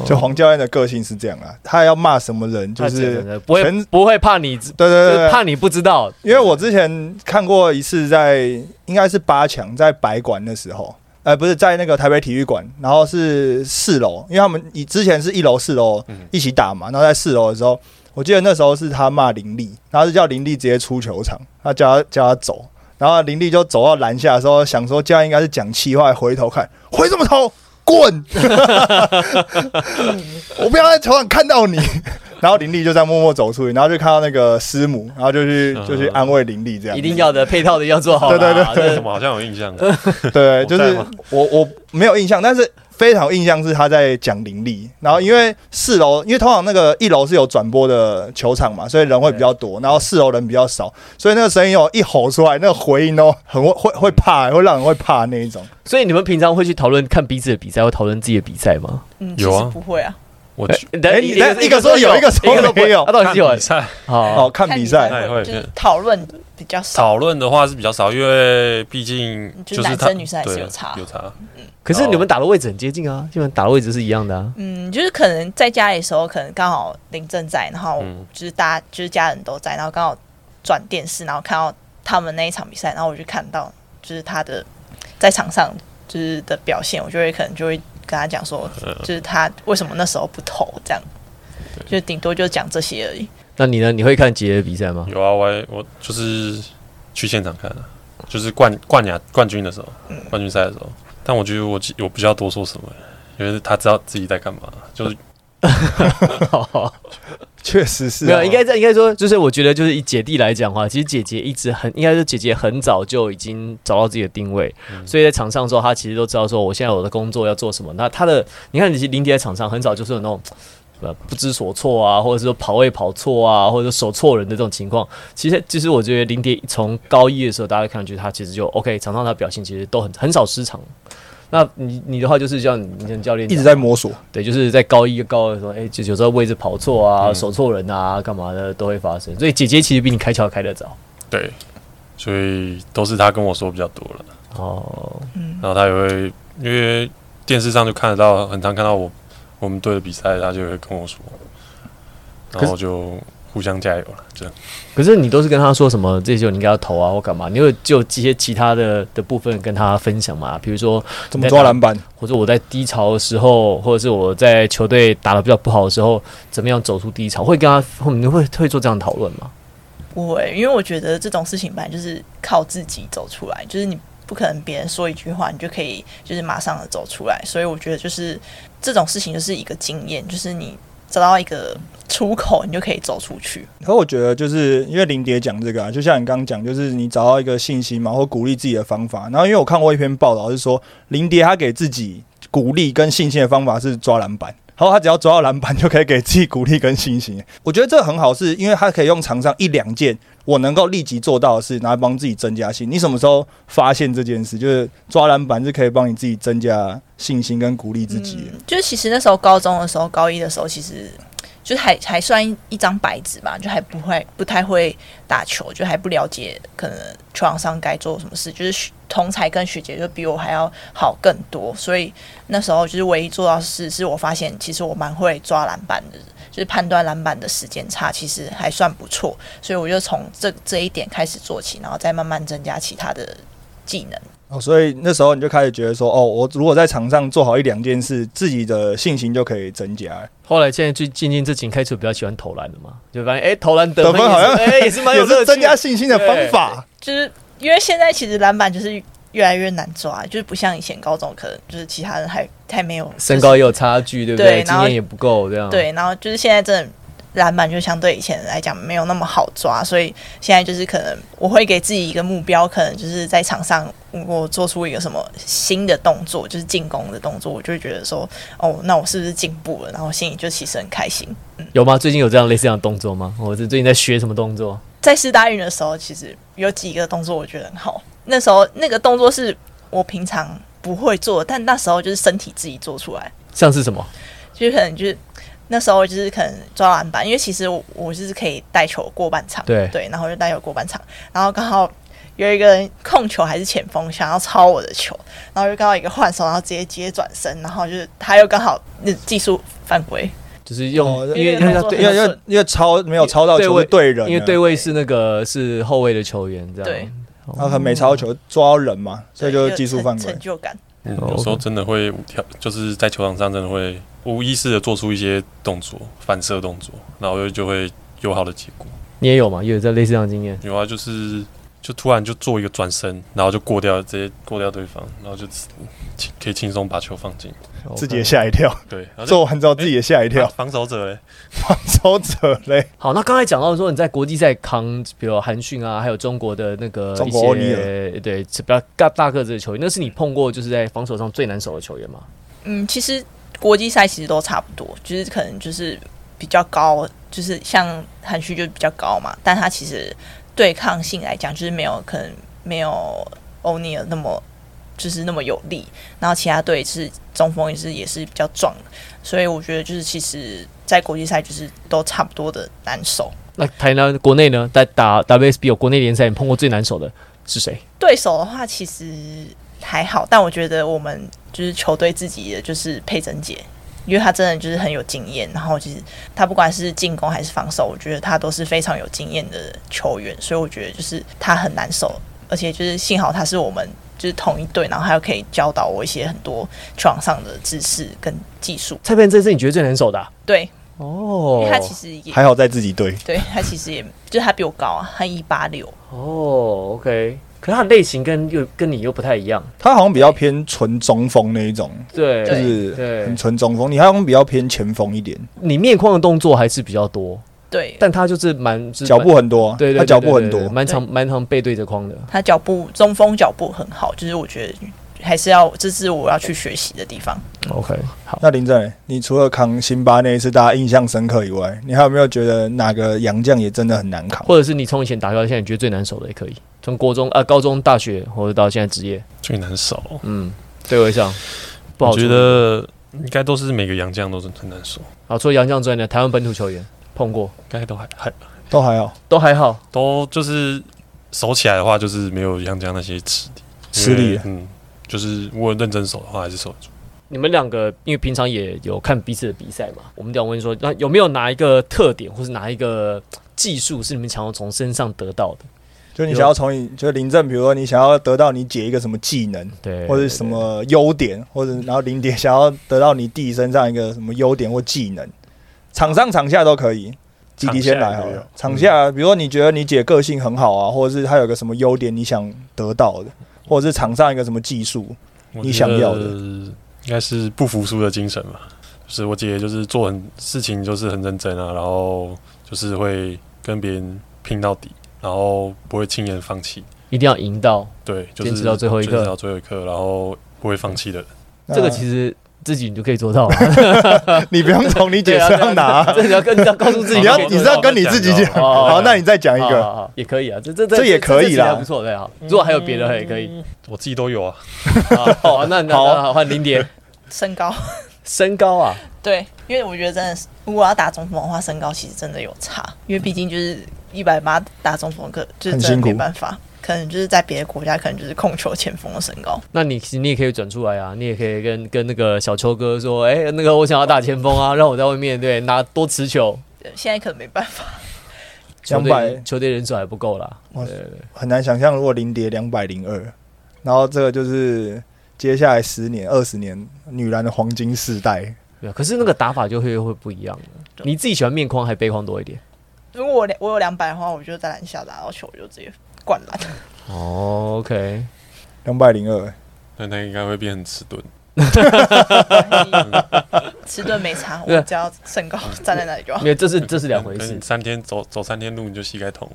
Speaker 3: 就黄教练的个性是这样啊，他要骂什么人就
Speaker 2: 他真
Speaker 3: 是
Speaker 2: 的不会
Speaker 3: 全呃
Speaker 2: 不会怕你，啊就
Speaker 3: 对对对
Speaker 2: 是
Speaker 3: 对，
Speaker 2: 怕你不知道，
Speaker 3: 因为我之前看过一次在，应该是八强在白馆的时候，呃，不是在那个台北体育馆，然后是四楼，因为他们以之前是一楼四楼
Speaker 1: 嗯
Speaker 3: 一起打嘛，然后在四楼的时候，我记得那时候是他骂林立，然后是叫林立直接出球场，他叫他叫他走，然后林立就走到篮下的时候，想说这样应该是讲气话，回头看，回什么头？滚！ 我不要在球场看到你。 然后林立就这样默默走出去，然后就看到那个师母，然后就去就去安慰林立这样。
Speaker 2: 一定要的配套的要做好啦，
Speaker 3: 啊
Speaker 2: 嗯
Speaker 3: 对对对
Speaker 1: 为
Speaker 2: 对
Speaker 1: 什么好像有印象？
Speaker 3: 对，
Speaker 1: 我
Speaker 3: 就
Speaker 1: 在
Speaker 3: 是
Speaker 1: 吗
Speaker 3: 我我没有印象，但是非常有印象是他在讲林立，然后因为四楼，因为通常那个一楼是有转播的球场嘛，所以人会比较多，然后四楼人比较少，所以那个声音哦一吼出来，那个回音哦很会会会怕、会让人会怕那一种。
Speaker 2: 所以你们平常会去讨论看彼此的比赛，会讨论自己的比赛吗？
Speaker 4: 嗯，
Speaker 1: 有啊
Speaker 4: 其实不会啊，
Speaker 1: 我去
Speaker 2: 哎等
Speaker 3: 哎你一个说有一个说
Speaker 2: 不
Speaker 3: 没有
Speaker 2: 他到底是有
Speaker 1: 看比赛
Speaker 2: 好
Speaker 3: 哦，看比赛，
Speaker 1: 赛会
Speaker 4: 就是讨论比较少，
Speaker 1: 讨论的话是比较少，因为毕竟
Speaker 4: 就是
Speaker 1: 是
Speaker 4: 男
Speaker 1: 他
Speaker 4: 生女生还是
Speaker 1: 对
Speaker 4: 有差
Speaker 1: 有差。
Speaker 2: 可是你们打的位置很接近啊，基本上打的位置是一样的啊。
Speaker 4: 嗯，就是可能在家里的时候，可能刚好林正在，然后
Speaker 1: 嗯
Speaker 4: 就是大家就是家人都在，然后刚好转电视，然后看到他们那一场比赛，然后我就看到就是他的在场上就是的表现，我就会可能就会跟他讲说，就是他为什么那时候不投这样，就顶多就讲这些而已。
Speaker 2: 那你呢？你会看杰的比 赛吗？
Speaker 1: 有啊，我还我就是去现场看的，啊就是冠冠亚冠军的时候，
Speaker 4: 嗯
Speaker 1: 冠军赛的时候。但我觉得我记我不知道多说什么，因为他知道自己在干嘛，就是
Speaker 3: 确实是、啊、
Speaker 2: 没有，应该这应该说，就是我觉得，就是以姐弟来讲的话，其实姐姐一直很，应该是姐姐很早就已经找到自己的定位，
Speaker 3: 嗯
Speaker 2: 所以在场上的时候，她其实都知道说，我现在我的工作要做什么。那她的，你看，你其实林迪在场上很早就是有那种。呃，不知所措啊，或者是说跑位跑错啊，或者说手错人的这种情况，其实其实我觉得林迪从高一的时候，大家看上去他其实就 OK，场上他表现其实都很很少失常。那你你的话就是像你像教练
Speaker 3: 一直
Speaker 2: 讲
Speaker 3: 在摸索。
Speaker 2: 对，就是在高一、高二的时候，哎、就有时候位置跑错啊、
Speaker 3: 嗯
Speaker 2: 手错人啊、干嘛的都会发生。所以姐姐其实比你开窍开得早。
Speaker 1: 对，所以都是他跟我说比较多了。
Speaker 2: 哦，
Speaker 1: 然后他也会因为电视上就看得到，很常看到我我们队的比赛，他就会跟我说，然后就互相加油了，这样。
Speaker 2: 可是你都是跟她说什么这些你应该要投啊或干嘛？你有就这些其他的的部分跟她分享嘛？比如说，
Speaker 3: 怎么抓篮板？
Speaker 2: 或者我在低潮的时候，或者是我在球队打得比较不好的时候，怎么样走出低潮？会跟她会你会会做这样的讨论吗？
Speaker 4: 不会，因为我觉得这种事情本来就是靠自己走出来，就是你不可能别人说一句话，你就可以就是马上的走出来。所以我觉得就是这种事情就是一个经验，就是你找到一个出口，你就可以走出去。
Speaker 3: 可我觉得就是因为林蝶讲这个啊，就像你刚刚讲，就是你找到一个信心嘛，或鼓励自己的方法。然后因为我看过一篇报道，是说林蝶她给自己鼓励跟信心的方法是抓篮板。然后她只要抓到篮板，就可以给自己鼓励跟信心。我觉得这很好，是因为她可以用场上一两件我能够立即做到的事，然后帮自己增加信。你什么时候发现这件事？就是抓篮板是可以帮你自己增加信心跟鼓励自己的。
Speaker 4: 嗯，就是其实那时候高中的时候，高一的时候，其实就是还还算一一张白纸吧，就还不会不太会打球，就还不了解可能球场上该做什么事。就是学同才跟学姐就比我还要好更多，所以那时候就是唯一做到的事，是我发现其实我蛮会抓篮板的。就是判断篮板的时间差，其实还算不错，所以我就从这这一点开始做起，然后再慢慢增加其他的技能。
Speaker 3: 哦，所以那时候你就开始觉得说，哦，我如果在场上做好一两件事，自己的信心就可以增加。
Speaker 2: 后来现在最近近这几年开始比较喜欢投篮了嘛，就发现哎、投篮得
Speaker 3: 得
Speaker 2: 分也
Speaker 3: 分好
Speaker 2: 是
Speaker 3: 像
Speaker 2: 哎、也是蛮有
Speaker 3: 也是
Speaker 2: 乐趣的
Speaker 3: 增加信心的方法。
Speaker 4: 就是因为现在其实篮板就是越来越难抓，就是不像以前高中可能就是其他人还还没有、就是
Speaker 2: 身高也有差距，对不
Speaker 4: 对
Speaker 2: 对？经
Speaker 4: 然后
Speaker 2: 验也不够，这样。
Speaker 4: 对，然后就是现在真的篮板就相对以前来讲没有那么好抓，所以现在就是可能我会给自己一个目标，可能就是在场上如果做出一个什么新的动作，就是进攻的动作，我就会觉得说哦，那我是不是进步了？然后心里就其实很开心。
Speaker 2: 有吗？最近有这样类似这样的动作吗？我是最近在学什么动作？
Speaker 4: 在试大运的时候，其实有几个动作我觉得很好。那时候那个动作是我平常不会做，但那时候就是身体自己做出来，
Speaker 2: 像是什么？
Speaker 4: 就是可能就是那时候就是可能抓篮板，因为其实我我就是可以带球过半场，
Speaker 2: 对
Speaker 4: 对，然后就带球过半场，然后刚好。有一个人控球还是前锋想要抄我的球，然后就刚好一个换手，然后直接直接转身，然后就是他又刚好那技术犯规，
Speaker 2: 就是用、
Speaker 3: 哦
Speaker 2: 因为
Speaker 4: 因
Speaker 2: 要
Speaker 4: 为动作
Speaker 2: 对
Speaker 3: 因为因为因为超没有超到球是对人啊，
Speaker 2: 因为对位是那个是后卫的球员，这样。哦
Speaker 4: 对，
Speaker 3: 他啊很没超到球抓到人嘛，所以就是技术
Speaker 4: 成
Speaker 3: 犯规
Speaker 4: 成。就感。
Speaker 1: 嗯，
Speaker 2: 哦
Speaker 1: 有时候
Speaker 2: OK
Speaker 1: 真的会无条，就是在球场上真的会无意识的做出一些动作，反射动作，然后就就会有好的结果。
Speaker 2: 你也有吗？也有这类似这样的经验？
Speaker 1: 有啊，就是就突然就做一个转身，然后就过掉，直接过掉对方，然后就轻可以轻松把球放进。
Speaker 2: 哦
Speaker 3: 自己也吓一跳，
Speaker 1: 对，然后就
Speaker 3: 做完之后自己也吓
Speaker 1: 啊
Speaker 3: 一
Speaker 2: 哎
Speaker 3: 跳，
Speaker 1: 防守者嘞，
Speaker 3: 超扯嘞！
Speaker 2: 好，那刚才讲到说你在国际赛扛，比如韩讯啊，还有中国的那个
Speaker 3: 中
Speaker 2: 一
Speaker 3: 国欧尼
Speaker 2: 些对比较大大个子的球员，那是你碰过就是在防守上最难守的球员吗？
Speaker 4: 嗯，其实国际赛其实都差不多，就是可能就是比较高，就是像韩区就比较高嘛，但它其实对抗性来讲，就是没有可能没有欧尼尔那么就是那么有力，然后其他队是中锋也是也是比较壮的，所以我觉得就是其实在国际赛就是都差不多的难受。
Speaker 2: 那台南国内呢，在打 WSB 有国内联赛，你碰过最难手的是谁？
Speaker 4: 对手的话其实还好，但我觉得我们就是球队自己的就是佩珍姐，因为她真的就是很有经验，然后就是她不管是进攻还是防守，我觉得她都是非常有经验的球员，所以我觉得就是她很难守，而且就是幸好她是我们就是同一队，然后她又可以教导我一些很多球场上的知识跟技术。
Speaker 2: 蔡佩恩这次你觉得最难守的啊、
Speaker 4: 对，因
Speaker 2: 哦
Speaker 4: 为她其实也
Speaker 3: 还好在自己队。
Speaker 4: 对她其实也就是她比我高啊，她一八六，
Speaker 2: 哦，OK，可是他的类型跟又跟你又不太一样，
Speaker 3: 他好像比较偏纯中锋那一种，
Speaker 2: 对，
Speaker 3: 就
Speaker 4: 对
Speaker 3: 是
Speaker 2: 对
Speaker 3: 很纯中锋。你好像比较偏前锋一点，
Speaker 2: 你面框的动作还是比较多，
Speaker 4: 对，
Speaker 2: 但他就是蛮就是
Speaker 3: 脚
Speaker 2: 蛮
Speaker 3: 步很多，啊
Speaker 2: 对对对
Speaker 3: 他脚步很
Speaker 2: 对对
Speaker 3: 多
Speaker 2: 对。蛮常蛮常背对着框的。
Speaker 4: 他脚步中锋脚步很好，就是我觉得还是要，这是我要去学习的地方。
Speaker 2: OK，好，
Speaker 3: 那林正，你除了扛辛巴那一次大家印象深刻以外，你还有没有觉得哪个洋将也真的很难扛？
Speaker 2: 或者是你从以前打到现在，你觉得最难守的也可以，从国中啊、高中、大学，或者到现在职业，
Speaker 1: 最难守。
Speaker 2: 嗯，对我想不好
Speaker 1: 我
Speaker 2: 说
Speaker 1: 觉得应该都是每个洋将都是很难守，
Speaker 2: 好，除了杨绛之外呢，台湾本土球员碰过
Speaker 1: 应该都还还
Speaker 3: 都还好，
Speaker 2: 都还好，
Speaker 1: 都就是守起来的话，就是没有洋将那些吃力。
Speaker 3: 吃
Speaker 1: 因
Speaker 3: 力
Speaker 2: 啊
Speaker 1: 为。嗯，就是如果认真守的话，还是守得住。
Speaker 2: 你们两个因为平常也有看彼此的比赛嘛，我们想问说，那有没有哪一个特点或是哪一个呃技术是你们想要从身上得到的？
Speaker 3: 就你想要从你，就林正，比如说你想要得到你姐一个什么技能，
Speaker 2: 对，
Speaker 3: 或者什么优点，或者然后林蝶想要得到你弟身上一个什么优点或技能，场上场下都可以。弟弟先来好了，
Speaker 1: 场
Speaker 3: 场
Speaker 1: 下
Speaker 2: 嗯
Speaker 3: 下，比如说你觉得你姐个性很好啊，或者是她有个什么优点你想得到的，或者是场上一个什么技术，
Speaker 1: 我
Speaker 3: 你
Speaker 1: 觉
Speaker 3: 想
Speaker 1: 得
Speaker 3: 要的
Speaker 1: 应该是不服输的精神吧。就是我姐就是做很事情就是很认真啊，然后就是会跟别人拼到底，然后不会轻言放弃。
Speaker 2: 一定要赢到
Speaker 1: 对，就是
Speaker 2: 坚持到最后一刻
Speaker 1: 坚持到最后一刻，然后不会放弃的人。
Speaker 3: 那
Speaker 2: 这个，其实自己你就可以做到了。
Speaker 3: 你不用从你姐
Speaker 2: 啊
Speaker 3: 身上拿，
Speaker 2: 这你要跟你要告诉自己
Speaker 3: 你
Speaker 2: 可以做到，
Speaker 3: 要你是要跟你自己讲。
Speaker 2: 哦哦哦
Speaker 3: 好，那你再讲一
Speaker 2: 好
Speaker 3: 个，
Speaker 2: 好好也可以啊，这这
Speaker 3: 这也可以啦
Speaker 2: 这还不错，对好。如果还有别的也可以。
Speaker 1: 我自己都有啊，
Speaker 2: 好好，那那
Speaker 3: 好
Speaker 2: 那好换林蝶，
Speaker 4: 身高，
Speaker 2: 身高啊，
Speaker 4: 对，因为我觉得真的是，如果要打中锋的话，身高其实真的有差，因为毕竟就是一百八打中锋，可就是
Speaker 3: 很
Speaker 4: 真的
Speaker 3: 辛苦
Speaker 4: 没办法。可能就是在别的国家，可能就是控球前锋的身高。
Speaker 2: 那你你也可以转出来啊，你也可以跟跟那个小秋哥说，哎、那个我想要打前锋啊，让我在外面对拿多持球。
Speaker 4: 对现在可能没办法，
Speaker 2: 球
Speaker 3: 两
Speaker 2: 队
Speaker 3: 百
Speaker 2: 球队人手还不够啦，
Speaker 3: 哇
Speaker 2: 对对对
Speaker 3: 很难想象，如果林蝶两百零二，然后这个就是接下来十年、二十年女篮的黄金世代，
Speaker 2: 对啊可是那个打法就会会不一样了。
Speaker 4: 对
Speaker 2: 你自己喜欢面框还是背框多一点？
Speaker 4: 如果我两我有两百的话，我就在篮下打到球，我就直接灌篮。
Speaker 2: 哦，OK，
Speaker 3: 两百零二，
Speaker 1: 那他应该会变很迟钝。
Speaker 4: 迟钝没差，
Speaker 2: 对
Speaker 4: 我只要身高站在那里就
Speaker 3: 啊
Speaker 4: 好。
Speaker 2: 没有，这 是这是两回
Speaker 1: 可能
Speaker 3: 嗯
Speaker 2: 事
Speaker 1: 你。三天走走三天路你就膝盖痛。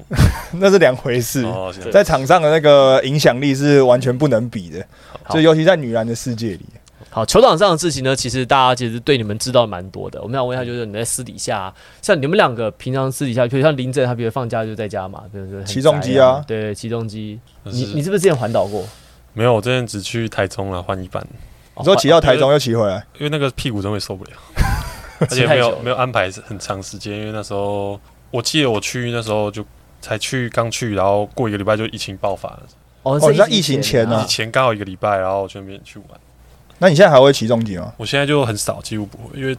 Speaker 3: 那是两回事。
Speaker 1: 哦，现在
Speaker 3: 在场上的那个影响力是完全不能比的，
Speaker 2: 好
Speaker 3: 就尤其在女篮的世界里，
Speaker 2: 好，球场上的事情呢，其实大家其实对你们知道蛮多的。我们想问一下，就是你在私底下，像你们两个平常私底下，就像林正他，比如放假就在家嘛，比如说很
Speaker 3: 起重机
Speaker 2: 宅
Speaker 3: 啊
Speaker 2: 对，起重机。
Speaker 1: 但
Speaker 2: 你
Speaker 1: 是啊
Speaker 2: 你是不是之前环岛过？
Speaker 1: 没有，我之前只去台中了换一半，
Speaker 2: 哦
Speaker 3: 你说骑到台中又骑回来，
Speaker 1: 因为那个屁股真会受不了，而且
Speaker 2: 骑太
Speaker 1: 没
Speaker 2: 久
Speaker 1: 有
Speaker 2: 了
Speaker 1: 没有安排很长时间，因为那时候我记得我去那时候就才去刚去，然后过一个礼拜就疫情爆发了，
Speaker 2: 哦
Speaker 3: 哦你在疫情前
Speaker 1: 以
Speaker 3: 啊
Speaker 1: 前刚好一个礼拜，然后我去那边去玩。
Speaker 3: 那你现在还会骑重机吗？
Speaker 1: 我现在就很少，几乎不会，因为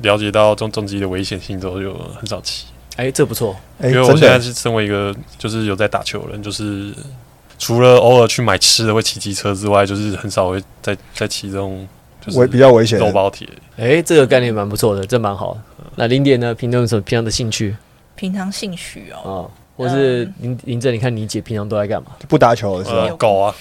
Speaker 1: 了解到重重机的危险性之后就很少骑。
Speaker 2: 哎，这不错，
Speaker 3: 哎、
Speaker 1: 因为我
Speaker 3: 真
Speaker 1: 现在
Speaker 3: 的，
Speaker 1: 是身为一个就是有在打球的人，就是除了偶尔去买吃的会骑机车之外，就是很少会再再骑这种就
Speaker 3: 我比
Speaker 1: 是
Speaker 3: 较危险的。
Speaker 1: 肉包铁。
Speaker 2: 哎，这个概念蛮不错的，这蛮好的。那零点呢？平常有什么平常的兴趣
Speaker 4: 平常兴趣哦，
Speaker 2: 啊？或
Speaker 3: 嗯
Speaker 2: 是林林正，你看你姐平常都在干嘛？
Speaker 3: 不打球的时候，
Speaker 1: 呃，狗啊，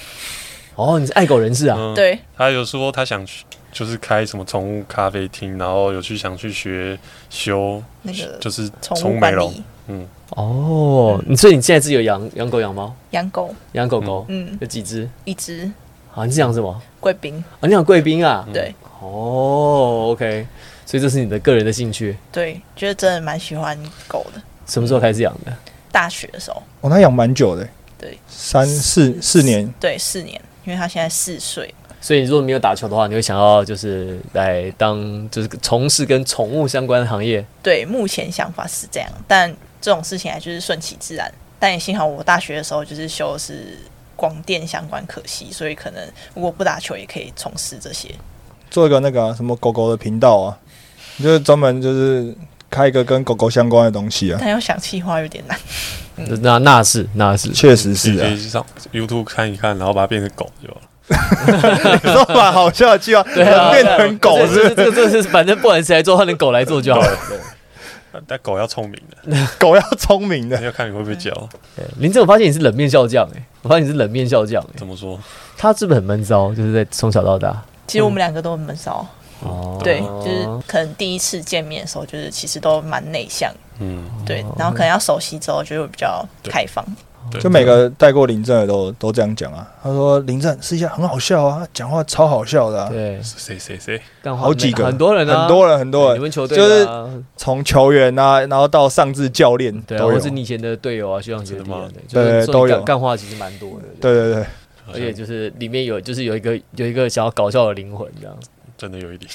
Speaker 2: 哦，你是爱狗人士啊？
Speaker 1: 嗯，
Speaker 4: 对，
Speaker 1: 他有说他想去就是开什么宠物咖啡厅，然后有去想去学修，
Speaker 4: 那个
Speaker 1: 就是
Speaker 4: 呃宠
Speaker 1: 宠
Speaker 4: 物
Speaker 1: 物美
Speaker 4: 管
Speaker 1: 容。
Speaker 4: 理，
Speaker 2: 哦，你所以你现在自己有养养狗、养猫、
Speaker 4: 养狗，
Speaker 2: 养狗狗，
Speaker 4: 嗯，
Speaker 2: 有几只？
Speaker 4: 一只
Speaker 2: 啊，你是养什么？
Speaker 4: 贵宾，
Speaker 2: 啊，你养贵宾啊？
Speaker 4: 对，
Speaker 2: 哦，OK，所以这是你的个人的兴趣，
Speaker 4: 对，就是真的蛮喜欢狗的。
Speaker 2: 什么时候开始养
Speaker 3: 嗯
Speaker 2: 的？
Speaker 4: 大学的时候，
Speaker 3: 哦，那养蛮久的，
Speaker 4: 对，
Speaker 3: 三四四年，
Speaker 4: 对，四年，因为它现在四岁，
Speaker 2: 所以你如果没有打球的话，你会想要就是来当就是从事跟宠物相关的行业。
Speaker 4: 对，目前想法是这样，但这种事情还就是顺其自然。但也幸好我大学的时候就是修的是广电相关可惜，所以可能如果不打球也可以从事这些。
Speaker 3: 做一个那个啊、什么狗狗的频道啊，你就是专门就是开一个跟狗狗相关的东西啊，
Speaker 4: 但要想气话有点难。
Speaker 3: 嗯
Speaker 2: 那那是那是，
Speaker 3: 确实
Speaker 1: 自
Speaker 3: 是
Speaker 1: 己可
Speaker 3: 啊
Speaker 1: 以，哦去上 YouTube 看一看，然后把它变成狗就好了。
Speaker 3: 都把好笑的计划
Speaker 2: 对啊，
Speaker 3: 变成狗
Speaker 2: 对啊
Speaker 3: 是不
Speaker 2: 这个这个这个是反正不管谁来做，换成狗来做就好了。
Speaker 1: 但但狗要聪明的，
Speaker 3: 是狗要聪明的，
Speaker 1: 要看你会不会教。
Speaker 2: 对林正，我发现你是冷面笑匠哎、我发现你是冷面笑匠哎、
Speaker 1: 怎么说？
Speaker 2: 他是不是很闷骚？就是在从小到大。
Speaker 4: 其实我们两个都很闷骚，
Speaker 2: 哦
Speaker 4: 对，就是可能第一次见面的时候，就是其实都蛮内向，
Speaker 1: 嗯，
Speaker 4: 对，然后可能要熟悉之后就会比较开放。
Speaker 1: 对
Speaker 3: 就每个带过林正的都都这样讲啊，他说林正私下很好笑啊，讲话超好笑的、啊，
Speaker 2: 对，
Speaker 1: 谁谁谁
Speaker 2: 干话
Speaker 3: 好几个，
Speaker 2: 很多人啊，
Speaker 3: 很多人，很多
Speaker 2: 你
Speaker 3: 人，
Speaker 2: 们球队
Speaker 3: 就是
Speaker 2: 的啊
Speaker 3: 从球员啊，然后到上至教练
Speaker 2: 对啊，
Speaker 3: 都
Speaker 2: 或
Speaker 3: 有，
Speaker 2: 是你以前的队友啊、学长学弟啊，就
Speaker 3: 真的吗
Speaker 2: 是说
Speaker 3: 对
Speaker 2: 你
Speaker 3: 都
Speaker 2: 干
Speaker 3: 有
Speaker 2: 干话，其实蛮多的。
Speaker 3: 对对对，
Speaker 1: 好像
Speaker 2: 而且就是里面有，就是有一个有一个想要搞笑的灵魂这 样。
Speaker 1: 真的有一点。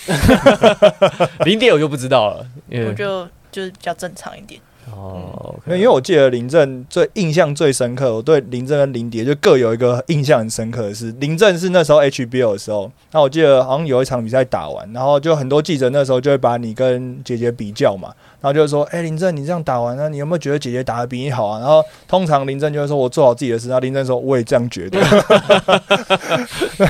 Speaker 2: 零点我就不知道了，因
Speaker 4: 我
Speaker 2: 为
Speaker 4: 就就是比较正常一点。
Speaker 2: 哦，
Speaker 3: 因为因为我记得林正最印象最深刻，我对林正跟林蝶就各有一个印象很深刻的是，林正是那时候 HBL 的时候，那我记得好像有一场比赛打完，然后就很多记者那时候就会把你跟姐姐比较嘛，然后就说，哎、林正你这样打完，那你有没有觉得姐姐打的比你好啊？然后通常林正就会说我做好自己的事，然后林正说我也这样觉得，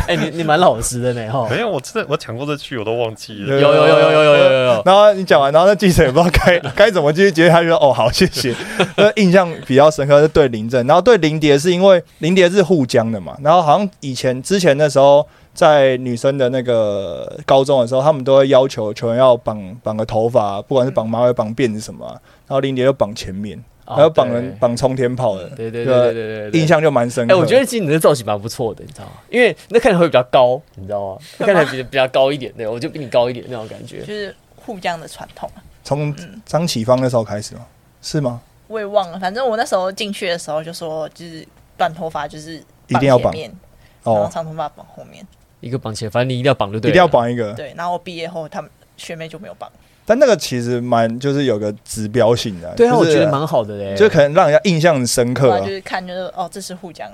Speaker 2: 哎，你你蛮老实的呢哈。
Speaker 1: 没有，我真的我讲过这句我都忘记了。
Speaker 2: 有有有有有有有有有，
Speaker 3: 然后你讲完，然后那记者也不知道该该怎么继续接，他就说：“哦，好，谢谢。”那印象比较深刻是对林正，然后对林蝶是因为林蝶是沪江的嘛，然后好像以前之前的时候，在女生的那个高中的时候，他们都会要求球员要绑绑个头发，不管是绑马尾、绑辫子什么啊、然后林蝶就绑前面，
Speaker 2: 哦
Speaker 3: 还有绑人
Speaker 2: 对
Speaker 3: 绑冲天炮的，
Speaker 2: 对对对对对对对，
Speaker 3: 印象就蛮深
Speaker 2: 哎、
Speaker 3: 刻。
Speaker 2: 我觉得其实你的造型蛮不错的，你知道吗？因为那看起来会比较高，你知道吗？ 那看起来比比较高一点，对，我就比你高一点那种感觉。
Speaker 4: 就是互江的传统啊，
Speaker 3: 从张启芳那时候开始嘛，是吗？
Speaker 4: 我也忘了。反正我那时候进去的时候就说，就是短头发就是
Speaker 3: 一定要
Speaker 4: 绑
Speaker 3: 绑
Speaker 4: 前面，然后
Speaker 3: 哦，
Speaker 4: 长头发绑后面。
Speaker 2: 一个绑起来，反正你一定要绑就
Speaker 3: 一
Speaker 2: 对了，
Speaker 3: 定要绑一个。
Speaker 4: 对，然后我毕业后，他们学妹就没有绑。
Speaker 3: 但那个其实蛮就是有个指标性的，
Speaker 2: 对啊，
Speaker 3: 就是
Speaker 2: 我觉得蛮好的嘞。
Speaker 3: 就可能让人家印象很深
Speaker 4: 后
Speaker 3: 刻、
Speaker 4: 来
Speaker 3: 啊
Speaker 4: 就。是看，就是哦，这是互江，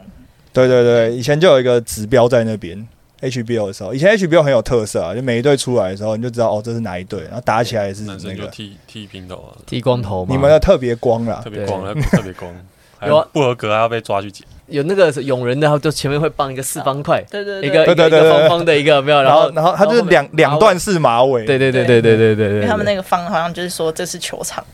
Speaker 3: 对对对，以前就有一个指标在那边。HBO 的时候，以前 HBO 很有特色啊，就每一队出来的时候，你就知道哦，这是哪一队，然后打起来也是那
Speaker 1: 男生就
Speaker 3: 个
Speaker 1: 剃剃平头啊，
Speaker 2: 剃光头嘛。
Speaker 3: 你们的特别光啊啦
Speaker 1: 特，别光，
Speaker 2: 啊对
Speaker 1: 特别 光，还
Speaker 2: 有啊
Speaker 1: 不合格还要被抓去检。
Speaker 2: 有那个永人的，然后就前面会绑一个四方块，
Speaker 4: 对对
Speaker 2: 一个
Speaker 4: 对，
Speaker 2: 一个
Speaker 3: 对对
Speaker 2: 一
Speaker 3: 对
Speaker 2: 个
Speaker 3: 对
Speaker 2: 方方的一个有没有，
Speaker 3: 然
Speaker 2: 后
Speaker 3: 后然后它就是两两段。式马尾，
Speaker 2: 对对对对对对对对
Speaker 4: 因
Speaker 2: 对，
Speaker 4: 为他们那
Speaker 2: 个
Speaker 4: 个方好像就是说这是球场，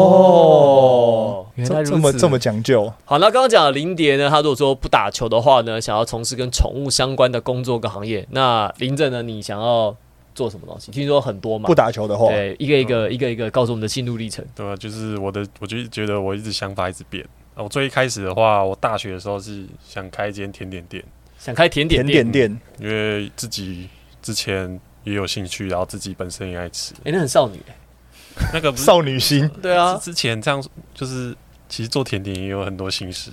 Speaker 2: 哦，原来如此
Speaker 3: 这这么这么讲究，
Speaker 2: 好，那刚刚讲的林蝶呢，她如果说不打球的话呢，想要从事跟宠物相关的工作跟行业，那林正呢，你想要做什么东西？听说很多嘛，
Speaker 3: 不嗯打球的话，
Speaker 2: 对，一个一个、一个一个告诉我们的心路历程。
Speaker 1: 对啊，就是我的，我就觉得我一直想法一直变。啊我最一开始的话，我大学的时候是想开一间甜点店，
Speaker 2: 想开甜点店，
Speaker 3: 甜点店
Speaker 1: 因为自己之前也有兴趣，然后自己本身也爱 吃。
Speaker 2: 哎、那很少女、
Speaker 1: 那个不是
Speaker 3: 少女心，
Speaker 2: 对 啊，
Speaker 1: 之之前这样就是，其实做甜点也有很多心事，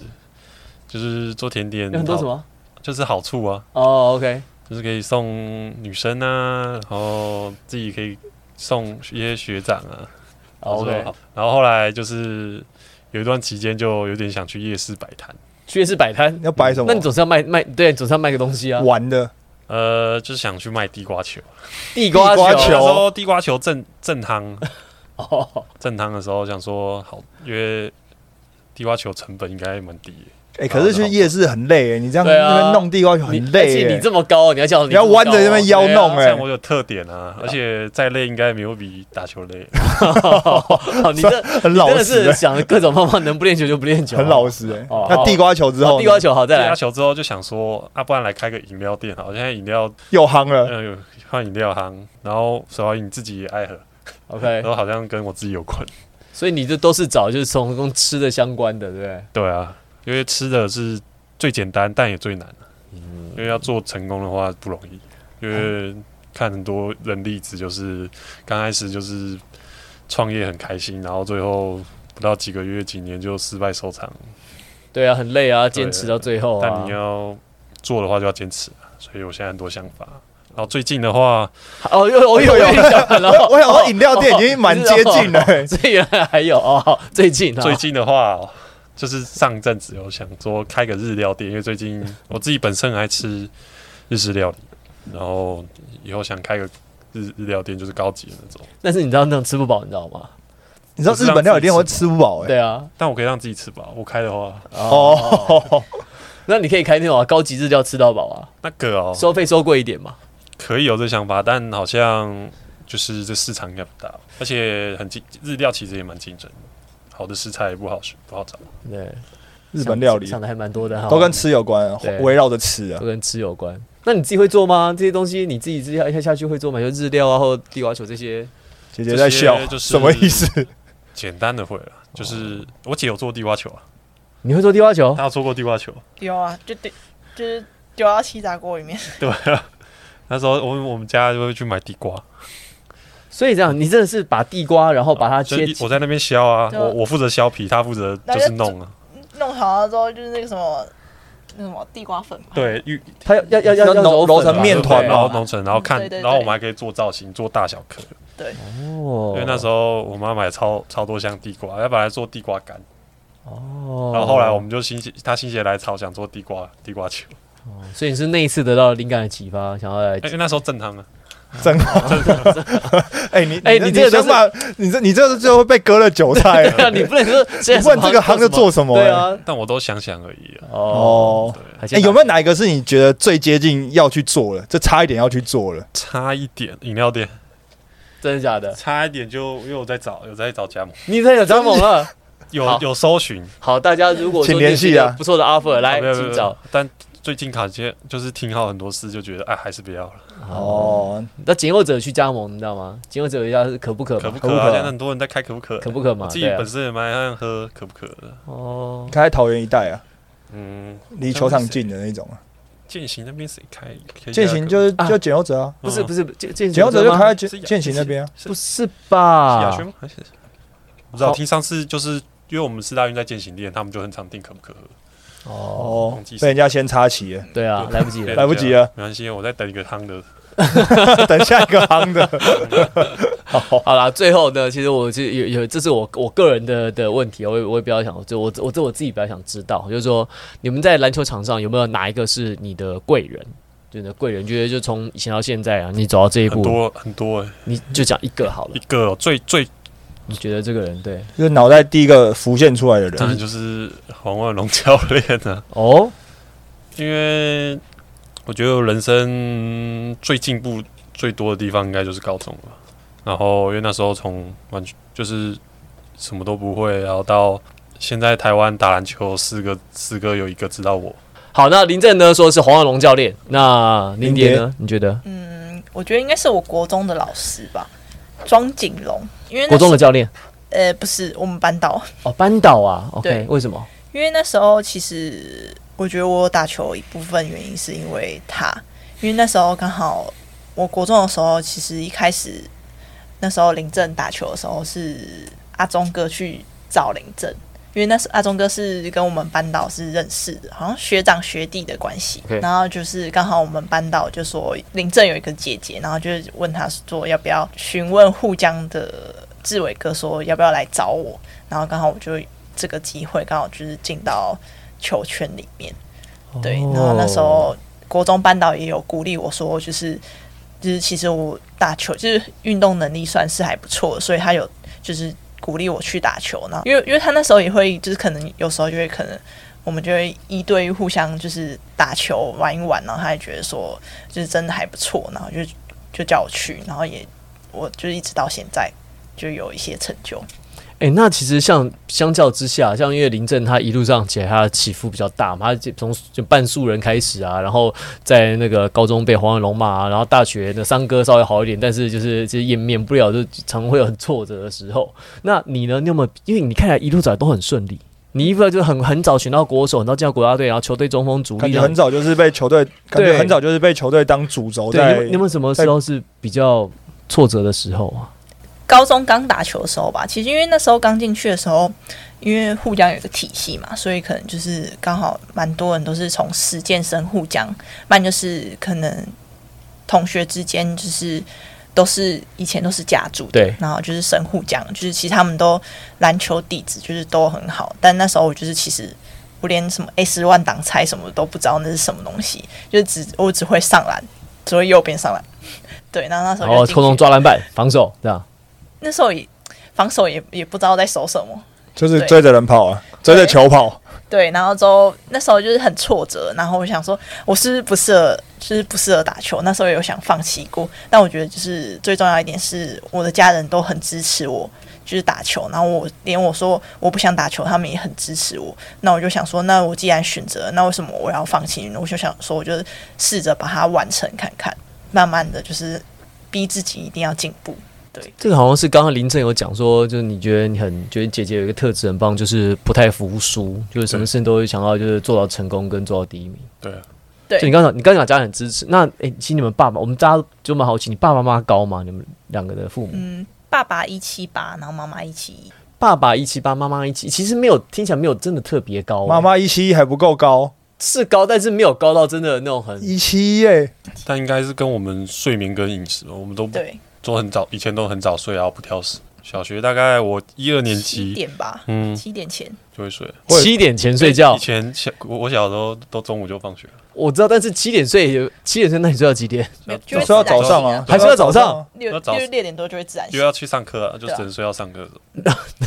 Speaker 1: 就是做甜点
Speaker 2: 有很多
Speaker 1: 好
Speaker 2: 什，么？
Speaker 1: 就是好处啊，
Speaker 2: 哦，OK，
Speaker 1: 就是可以送女生啊，然后自己可以送一些学长啊。
Speaker 2: 好
Speaker 1: 我说
Speaker 2: ，OK，
Speaker 1: 好然后后来就是有一段期间就有点想去夜市摆摊，
Speaker 2: 去夜市摆摊，
Speaker 3: 要摆什么
Speaker 2: 那你总是要卖卖，对，总是要卖个东西啊，
Speaker 3: 玩的，
Speaker 1: 呃，就是想去卖地瓜球。
Speaker 2: 地瓜啊
Speaker 3: 地瓜
Speaker 1: 那时
Speaker 3: 球
Speaker 1: 候地瓜球正正夯，
Speaker 2: 哦，
Speaker 1: 正夯的时候想说好，因为地瓜球成本应该蛮低的。
Speaker 3: 哎，可是去夜市很累，哎你这样
Speaker 2: 对啊
Speaker 3: 那边弄地瓜球
Speaker 2: 你
Speaker 3: 很
Speaker 2: 而
Speaker 3: 累
Speaker 2: 且你
Speaker 3: 哎，
Speaker 2: 这么高，你要叫
Speaker 3: 你要弯着那边腰 弄
Speaker 1: 这
Speaker 3: 哎
Speaker 1: 样，我有特点啊，而且再累应该没有比打球累。
Speaker 2: 哦，你这
Speaker 3: 很
Speaker 2: 真
Speaker 3: 老
Speaker 2: 的
Speaker 3: 实
Speaker 2: 是
Speaker 3: 哎，
Speaker 2: 想各种方法，能不练球就不练球，
Speaker 3: 很老实哎
Speaker 2: 啊哦。
Speaker 3: 那地瓜球之
Speaker 2: 哦。
Speaker 3: 后呢，
Speaker 2: 地瓜球好再
Speaker 1: 地
Speaker 2: 来
Speaker 1: 瓜，球之后就想说，啊，不然来开个饮料店好，现在饮料
Speaker 3: 又夯了，
Speaker 1: 呃换饮料行，然后小以你自己也爱喝，
Speaker 2: OK，
Speaker 1: 然后好像跟我自己有关。
Speaker 2: 所以你这都是找就是从跟吃的相关的，对不对？
Speaker 1: 对啊，因为吃的是啊最简单，但也最难。因为要做成功的话不容易，因为看很多人例子，就是刚开始就是创业很开心，然后最后不到几个月、几年就失败收场。
Speaker 2: 对啊，很累啊，坚持到最后啊
Speaker 1: 但你。要做的话，就要坚持啊。所以我现在很多想法。然后最近的话，
Speaker 2: 哦，又我有
Speaker 3: 哎呦
Speaker 2: 印象了，
Speaker 3: 我我想
Speaker 2: 哦
Speaker 3: 说饮料店已经蛮接近了、欸
Speaker 2: 所以原来还有哦，最近啊，
Speaker 1: 最近的话，就是上阵子有想说开个日料店，因为最近我自己本身很爱吃日式料理，然后以后想开个日日料店，就是高级的那种，
Speaker 2: 但是你知道那种吃不饱，你知道吗？
Speaker 3: 你知道日本料理店会吃不饱哎、
Speaker 2: 对啊，
Speaker 1: 但我可以让自己吃饱。我开的话，
Speaker 3: 哦，
Speaker 2: 那你可以开那种啊高级日料吃到饱啊，
Speaker 1: 那个哦，
Speaker 2: 收费收贵一点嘛。
Speaker 1: 可以有这想法，但好像就是这市场应该不大，而且很竞日料其实也蛮竞争的，好的食材也不好选不好找。
Speaker 2: 对，
Speaker 3: 日本料理
Speaker 2: 想的还蛮多的哈，
Speaker 3: 都跟吃有关
Speaker 2: 对，
Speaker 3: 围绕着吃啊
Speaker 2: 都。跟吃有关。那你自己会做吗？这些东西你自己自己下下去会做吗？就日料啊，或地瓜球这些。
Speaker 3: 姐姐在笑
Speaker 1: 这些，就是
Speaker 3: 什么意思？
Speaker 1: 简单的会了，就是我姐有做地瓜球啊，
Speaker 2: 你会做地瓜球？
Speaker 1: 她有做过地瓜球。
Speaker 4: 丢啊，就丢，就是丢到气炸锅里面。
Speaker 1: 对啊，那时候我们我们家就会去买地瓜，
Speaker 2: 所以这样，你真的是把地瓜，然后把它
Speaker 1: 就
Speaker 2: 啊切
Speaker 1: 一我在那边削啊，
Speaker 4: 对啊
Speaker 1: 我我负责削皮，她负责就是弄啊。
Speaker 4: 弄好了之后，就是那个什么，那什么地瓜粉嘛。
Speaker 1: 对，玉
Speaker 2: 它要要要要
Speaker 3: 要
Speaker 2: 揉粉
Speaker 3: 揉揉成
Speaker 2: 吧
Speaker 3: 面团
Speaker 1: 然后
Speaker 3: 嘛
Speaker 1: 弄成，然后看
Speaker 4: 对对，对
Speaker 1: 然后我们还可以做造型，做大小颗。
Speaker 4: 对，
Speaker 2: 哦
Speaker 1: 因为那时候我妈买超超多箱地瓜，要本来做地瓜干，
Speaker 2: 哦
Speaker 1: 然后后来我们就心血，她心血来潮想做地瓜地瓜 球，
Speaker 2: 所以你是那一次得到灵感的启发，想要来
Speaker 1: 哎因为那时候正汤啊，
Speaker 3: 真好， 哎你
Speaker 2: 哎你这个
Speaker 3: 想法，你这你这是最后被割了韭菜
Speaker 2: 对啊，
Speaker 3: 了。
Speaker 2: 你不能说现在
Speaker 3: 你
Speaker 2: 什么
Speaker 3: 问这个行
Speaker 2: 做
Speaker 3: 在做什么？
Speaker 2: 对啊，
Speaker 1: 但我都想想而已啊。
Speaker 2: 哦，
Speaker 3: 哦，
Speaker 1: 对，
Speaker 2: 还是
Speaker 3: 哎，有没有哪一个是你觉得最接近要去做了？这差一点要去做了。
Speaker 1: 差一点饮料店，
Speaker 2: 真的假 的？
Speaker 1: 差一点就因为我在找有在找加盟，
Speaker 2: 你在有张猛了？好
Speaker 1: 有有搜寻，
Speaker 2: 好，大家如果说
Speaker 3: 请联系啊
Speaker 2: 你有不错的 offer 来
Speaker 1: 没有
Speaker 2: 请找。。
Speaker 1: 但最近卡接就是听好很多事，就觉得哎还是不要了，
Speaker 3: 哦，
Speaker 2: 那仅有者去加盟，你知道吗？仅有者家是可不可
Speaker 1: 可
Speaker 2: 嘛？
Speaker 1: 不
Speaker 3: 可不
Speaker 1: 可
Speaker 3: 可
Speaker 1: 啊？现在很多人在开可不可，
Speaker 2: 可不可嘛？
Speaker 1: 我自己
Speaker 2: 对啊
Speaker 1: 本身也蛮爱喝可不可的，
Speaker 2: 哦，
Speaker 3: 开桃园一带啊，
Speaker 1: 嗯，
Speaker 3: 离球场近的那种啊。
Speaker 1: 践行那边谁开？可以
Speaker 3: 践
Speaker 1: 加
Speaker 3: 行
Speaker 1: 可
Speaker 3: 就是
Speaker 2: 啊
Speaker 3: 就简欧哲啊，
Speaker 2: 不是
Speaker 1: 嗯
Speaker 2: 不是，健健
Speaker 3: 简欧哲就开在
Speaker 1: 是
Speaker 3: 健
Speaker 1: 亚
Speaker 3: 健行那边啊。
Speaker 1: 是
Speaker 2: 不
Speaker 1: 是
Speaker 2: 是
Speaker 1: 亚
Speaker 2: 吧
Speaker 1: 轩？吗？还是不知道？
Speaker 2: 好
Speaker 1: 听上次就是因为我们四大运在践行店，他们就很常订可不可喝，
Speaker 2: 哦，
Speaker 3: 哦
Speaker 1: 忘记，
Speaker 3: 被人家先插旗了，
Speaker 2: 对啊，
Speaker 1: 对
Speaker 2: 来不及
Speaker 1: 对
Speaker 2: 了。
Speaker 3: 来不及了，
Speaker 1: 没关系，我再等一个汤的。
Speaker 3: 等下一个 行的。
Speaker 2: 好啦，最后呢，其实我是有有，这是我我个人的的问题，我也我也比较想，就我我这我自己比较想知道，就是说你们在篮球场上有没有哪一个是你的贵人？就你的贵人，觉得就从以前到现在啊，你走到这一
Speaker 1: 很
Speaker 2: 步，
Speaker 1: 多很多、欸，
Speaker 2: 你就讲一个好
Speaker 1: 一
Speaker 2: 了。
Speaker 1: 个哦最最
Speaker 2: 你觉得这个人对
Speaker 3: 就是脑袋第一个浮现出来的
Speaker 1: 当然
Speaker 3: 人，
Speaker 1: 就是黄万龙 教练啊，
Speaker 2: 哦，
Speaker 1: 因为我觉得我人生最进步最多的地方应该就是高中了。然后因为那时候从完全就是什么都不会，然后到现在台湾打篮球，四个四个有一个知道我，
Speaker 2: 好，那林正呢说是黄万龙教练，那林蝶呢？你觉得
Speaker 4: 嗯，我觉得应该是我国中的老师吧，庄景龙，因为那
Speaker 2: 国中的
Speaker 4: 时
Speaker 2: 教练
Speaker 4: 呃不是我们班导，
Speaker 2: 哦，班导啊，OK，
Speaker 4: 对
Speaker 2: 为什么？
Speaker 4: 因为那时候其实我觉得我打球一部分原因是因为他，因为那时候刚好我国中的时候，其实一开始那时候林正打球的时候是阿忠哥去找林正，因为那时候阿忠哥是跟我们班导是认识的，好像学长学弟的关系
Speaker 2: OK
Speaker 4: 然后就是刚好我们班导就说林正有一个姐姐，然后就是问他说哎要不要询问沪江的志伟哥说要不要来找我，然后刚好我就这个机会刚好就是进到球圈里面，
Speaker 2: 哦
Speaker 4: 对，然后那时候国中班导也有鼓励我说，就是就是其实我打球就是运动能力算是还不错，所以他有就是鼓励我去打球呢，因为因为他那时候也会就是可能有时候就会可能。我们就会一对一互相就是打球玩一玩，然后他也觉得说就是真的还不错，然后就就叫我去，然后也我就一直到现在就有一些成就。
Speaker 2: 哎、那其实像相较之下，像因为林正他一路上起来，他的起伏比较大嘛，他就从就半素人开始啊，然后在那个高中被黄文龙骂、啊，然后大学的三哥稍微好一点，但是就是就是也免不了就常会有很挫折的时候。那你呢？你有没有？因为你看起来一路走来都很顺利，尼伊弗就是很很早选到国手，很早进到国家队，然后球队中锋主
Speaker 3: 感
Speaker 2: 力。
Speaker 3: 觉
Speaker 2: 然后
Speaker 3: 很早就是被球队，感觉
Speaker 2: 对
Speaker 3: 很早就是被球队当主轴
Speaker 2: 对，你
Speaker 3: 在
Speaker 2: 们你们什么
Speaker 3: 在
Speaker 2: 时候是比较挫折的时候啊？
Speaker 4: 高中刚打球的时候吧，其实因为那时候刚进去的时候，因为沪江有一个体系嘛，所以可能就是刚好蛮多人都是从实践生沪江，不然就是可能同学之间就是都是以前都是家住的，
Speaker 2: 对
Speaker 4: 然后就是神沪江，就是其实他们都篮球底子就是都很好，但那时候我就是其实。我连什么 S 万挡拆什么都不知道那是什么东西，就是只我只会上篮，只会右边上篮。对，然后那时
Speaker 2: 然
Speaker 4: 候就
Speaker 2: 后
Speaker 4: 进
Speaker 2: 空哦中
Speaker 4: 去
Speaker 2: 抓篮板、防守这样。
Speaker 4: 那时候也防守也也不知道在守什么，
Speaker 3: 就是
Speaker 4: 对
Speaker 3: 追着人跑啊，追着球跑，
Speaker 4: 对，然后之后那时候就是很挫折，然后我想说，我是不是不适合，就是不适合打球，那时候有想放弃过，但我觉得就是最重要一点是我的家人都很支持我。就是打球，然后我连我说我不想打球，他们也很支持我。那我就想说，那我既然选择，那为什么我要放弃呢？我就想说，我就试着把它完成看看，慢慢的就是逼自己一定要进步。
Speaker 2: 这个好像是刚刚林正有讲说，就是你觉得你很觉得姐姐有一个特质很棒，就是不太服输，就是什么事情都会想要就是做到成功跟做到第一名。
Speaker 1: 对啊，
Speaker 4: 对
Speaker 2: 就你刚刚讲你刚刚讲家人很支持，那诶，其实你们爸爸，我们大家就蛮好奇，你爸爸妈妈高吗？你们两个的父母，
Speaker 4: 嗯，爸爸一七八，然后妈妈一七一，
Speaker 2: 爸爸一七八，妈妈一七，其实没有听起来没有真的特别高、
Speaker 3: 妈妈一七一还不够高，
Speaker 2: 是高，但是没有高到真的那种很
Speaker 3: 一七一哎，
Speaker 1: 但应该是跟我们睡眠跟饮食吧，我们都不
Speaker 4: 对，
Speaker 1: 都很早，以前都很早睡，然后不挑食。小学大概我一二年
Speaker 4: 七
Speaker 1: 级，
Speaker 4: 点吧，
Speaker 1: 嗯，
Speaker 4: 七点前。
Speaker 1: 就会睡了。
Speaker 3: 会
Speaker 2: 七点前睡觉
Speaker 1: 以。前小我我小时候都中午就放学了，
Speaker 2: 我知道，但是七点睡也七点睡，那你睡到几点？
Speaker 4: 没有
Speaker 1: 就
Speaker 4: 就
Speaker 1: 会
Speaker 4: 会
Speaker 3: 睡到早上
Speaker 4: 自然醒
Speaker 3: 啊
Speaker 4: 啊，
Speaker 2: 还睡到早上，
Speaker 4: 六
Speaker 1: 那早
Speaker 4: 六六点多就会自然
Speaker 1: 因
Speaker 4: 醒
Speaker 1: 为。要去上课啊，就
Speaker 4: 对
Speaker 1: 只
Speaker 4: 啊
Speaker 1: 能睡到上课的时候。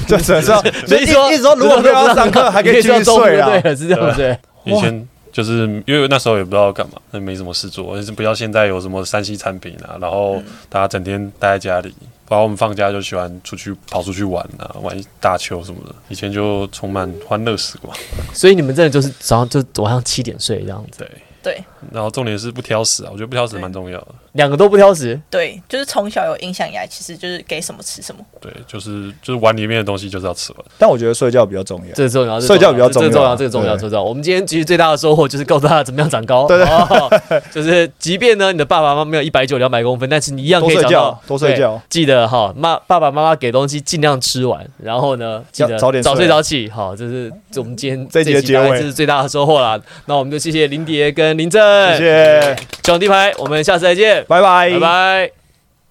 Speaker 3: 就只能说，
Speaker 2: 所以说
Speaker 3: 一一直说如果没有要上课， 还可以继续睡啊
Speaker 2: 对
Speaker 3: 啦。
Speaker 2: 了，是这样对。
Speaker 1: 以前就是因为那时候也不知道干嘛，那没什么事做，而是不要现在有什么山西产品啊，然后大家整天待在家里，然后我们放假就喜欢出去跑出去玩啊，玩打球什么的。以前就充满欢乐时光，
Speaker 2: 所以你们真的就是早上就晚上七点睡这样子，
Speaker 1: 对。
Speaker 4: 对
Speaker 1: 然后重点是不挑食啊，我觉得不挑食蛮重要的。
Speaker 2: 两个都不挑食。
Speaker 4: 对，就是从小有印象以来，其实就是给什么吃什么。
Speaker 1: 对，就是就是碗里面的东西就是要吃完。
Speaker 3: 但我觉得睡觉比较重要。
Speaker 2: 这个重要，这个
Speaker 3: 睡觉比较
Speaker 2: 重
Speaker 3: 重
Speaker 2: 要，
Speaker 3: 要
Speaker 2: 这个重要，这个重要，
Speaker 3: 对
Speaker 2: 这个重要。我们今天其实最大的收获就是告诉大家怎么样长高，对 就是即便呢你的爸爸妈妈没有一百九两百公分，但是你一样可以
Speaker 3: 多睡
Speaker 2: 长到
Speaker 3: 觉，多睡。
Speaker 2: 对
Speaker 3: 觉，
Speaker 2: 记得哈，妈爸爸妈妈给东西尽量吃完，然后呢，记
Speaker 3: 要
Speaker 2: 得
Speaker 3: 早点睡啊
Speaker 2: 早睡早起。好，这是我们今天
Speaker 3: 这一集的
Speaker 2: 大概
Speaker 3: 结尾
Speaker 2: 这是最大的收获啦。那我们就谢谢林蝶跟林正，
Speaker 3: 谢谢，
Speaker 2: 小地牌，我们下次再见，
Speaker 3: 拜拜，
Speaker 2: 拜拜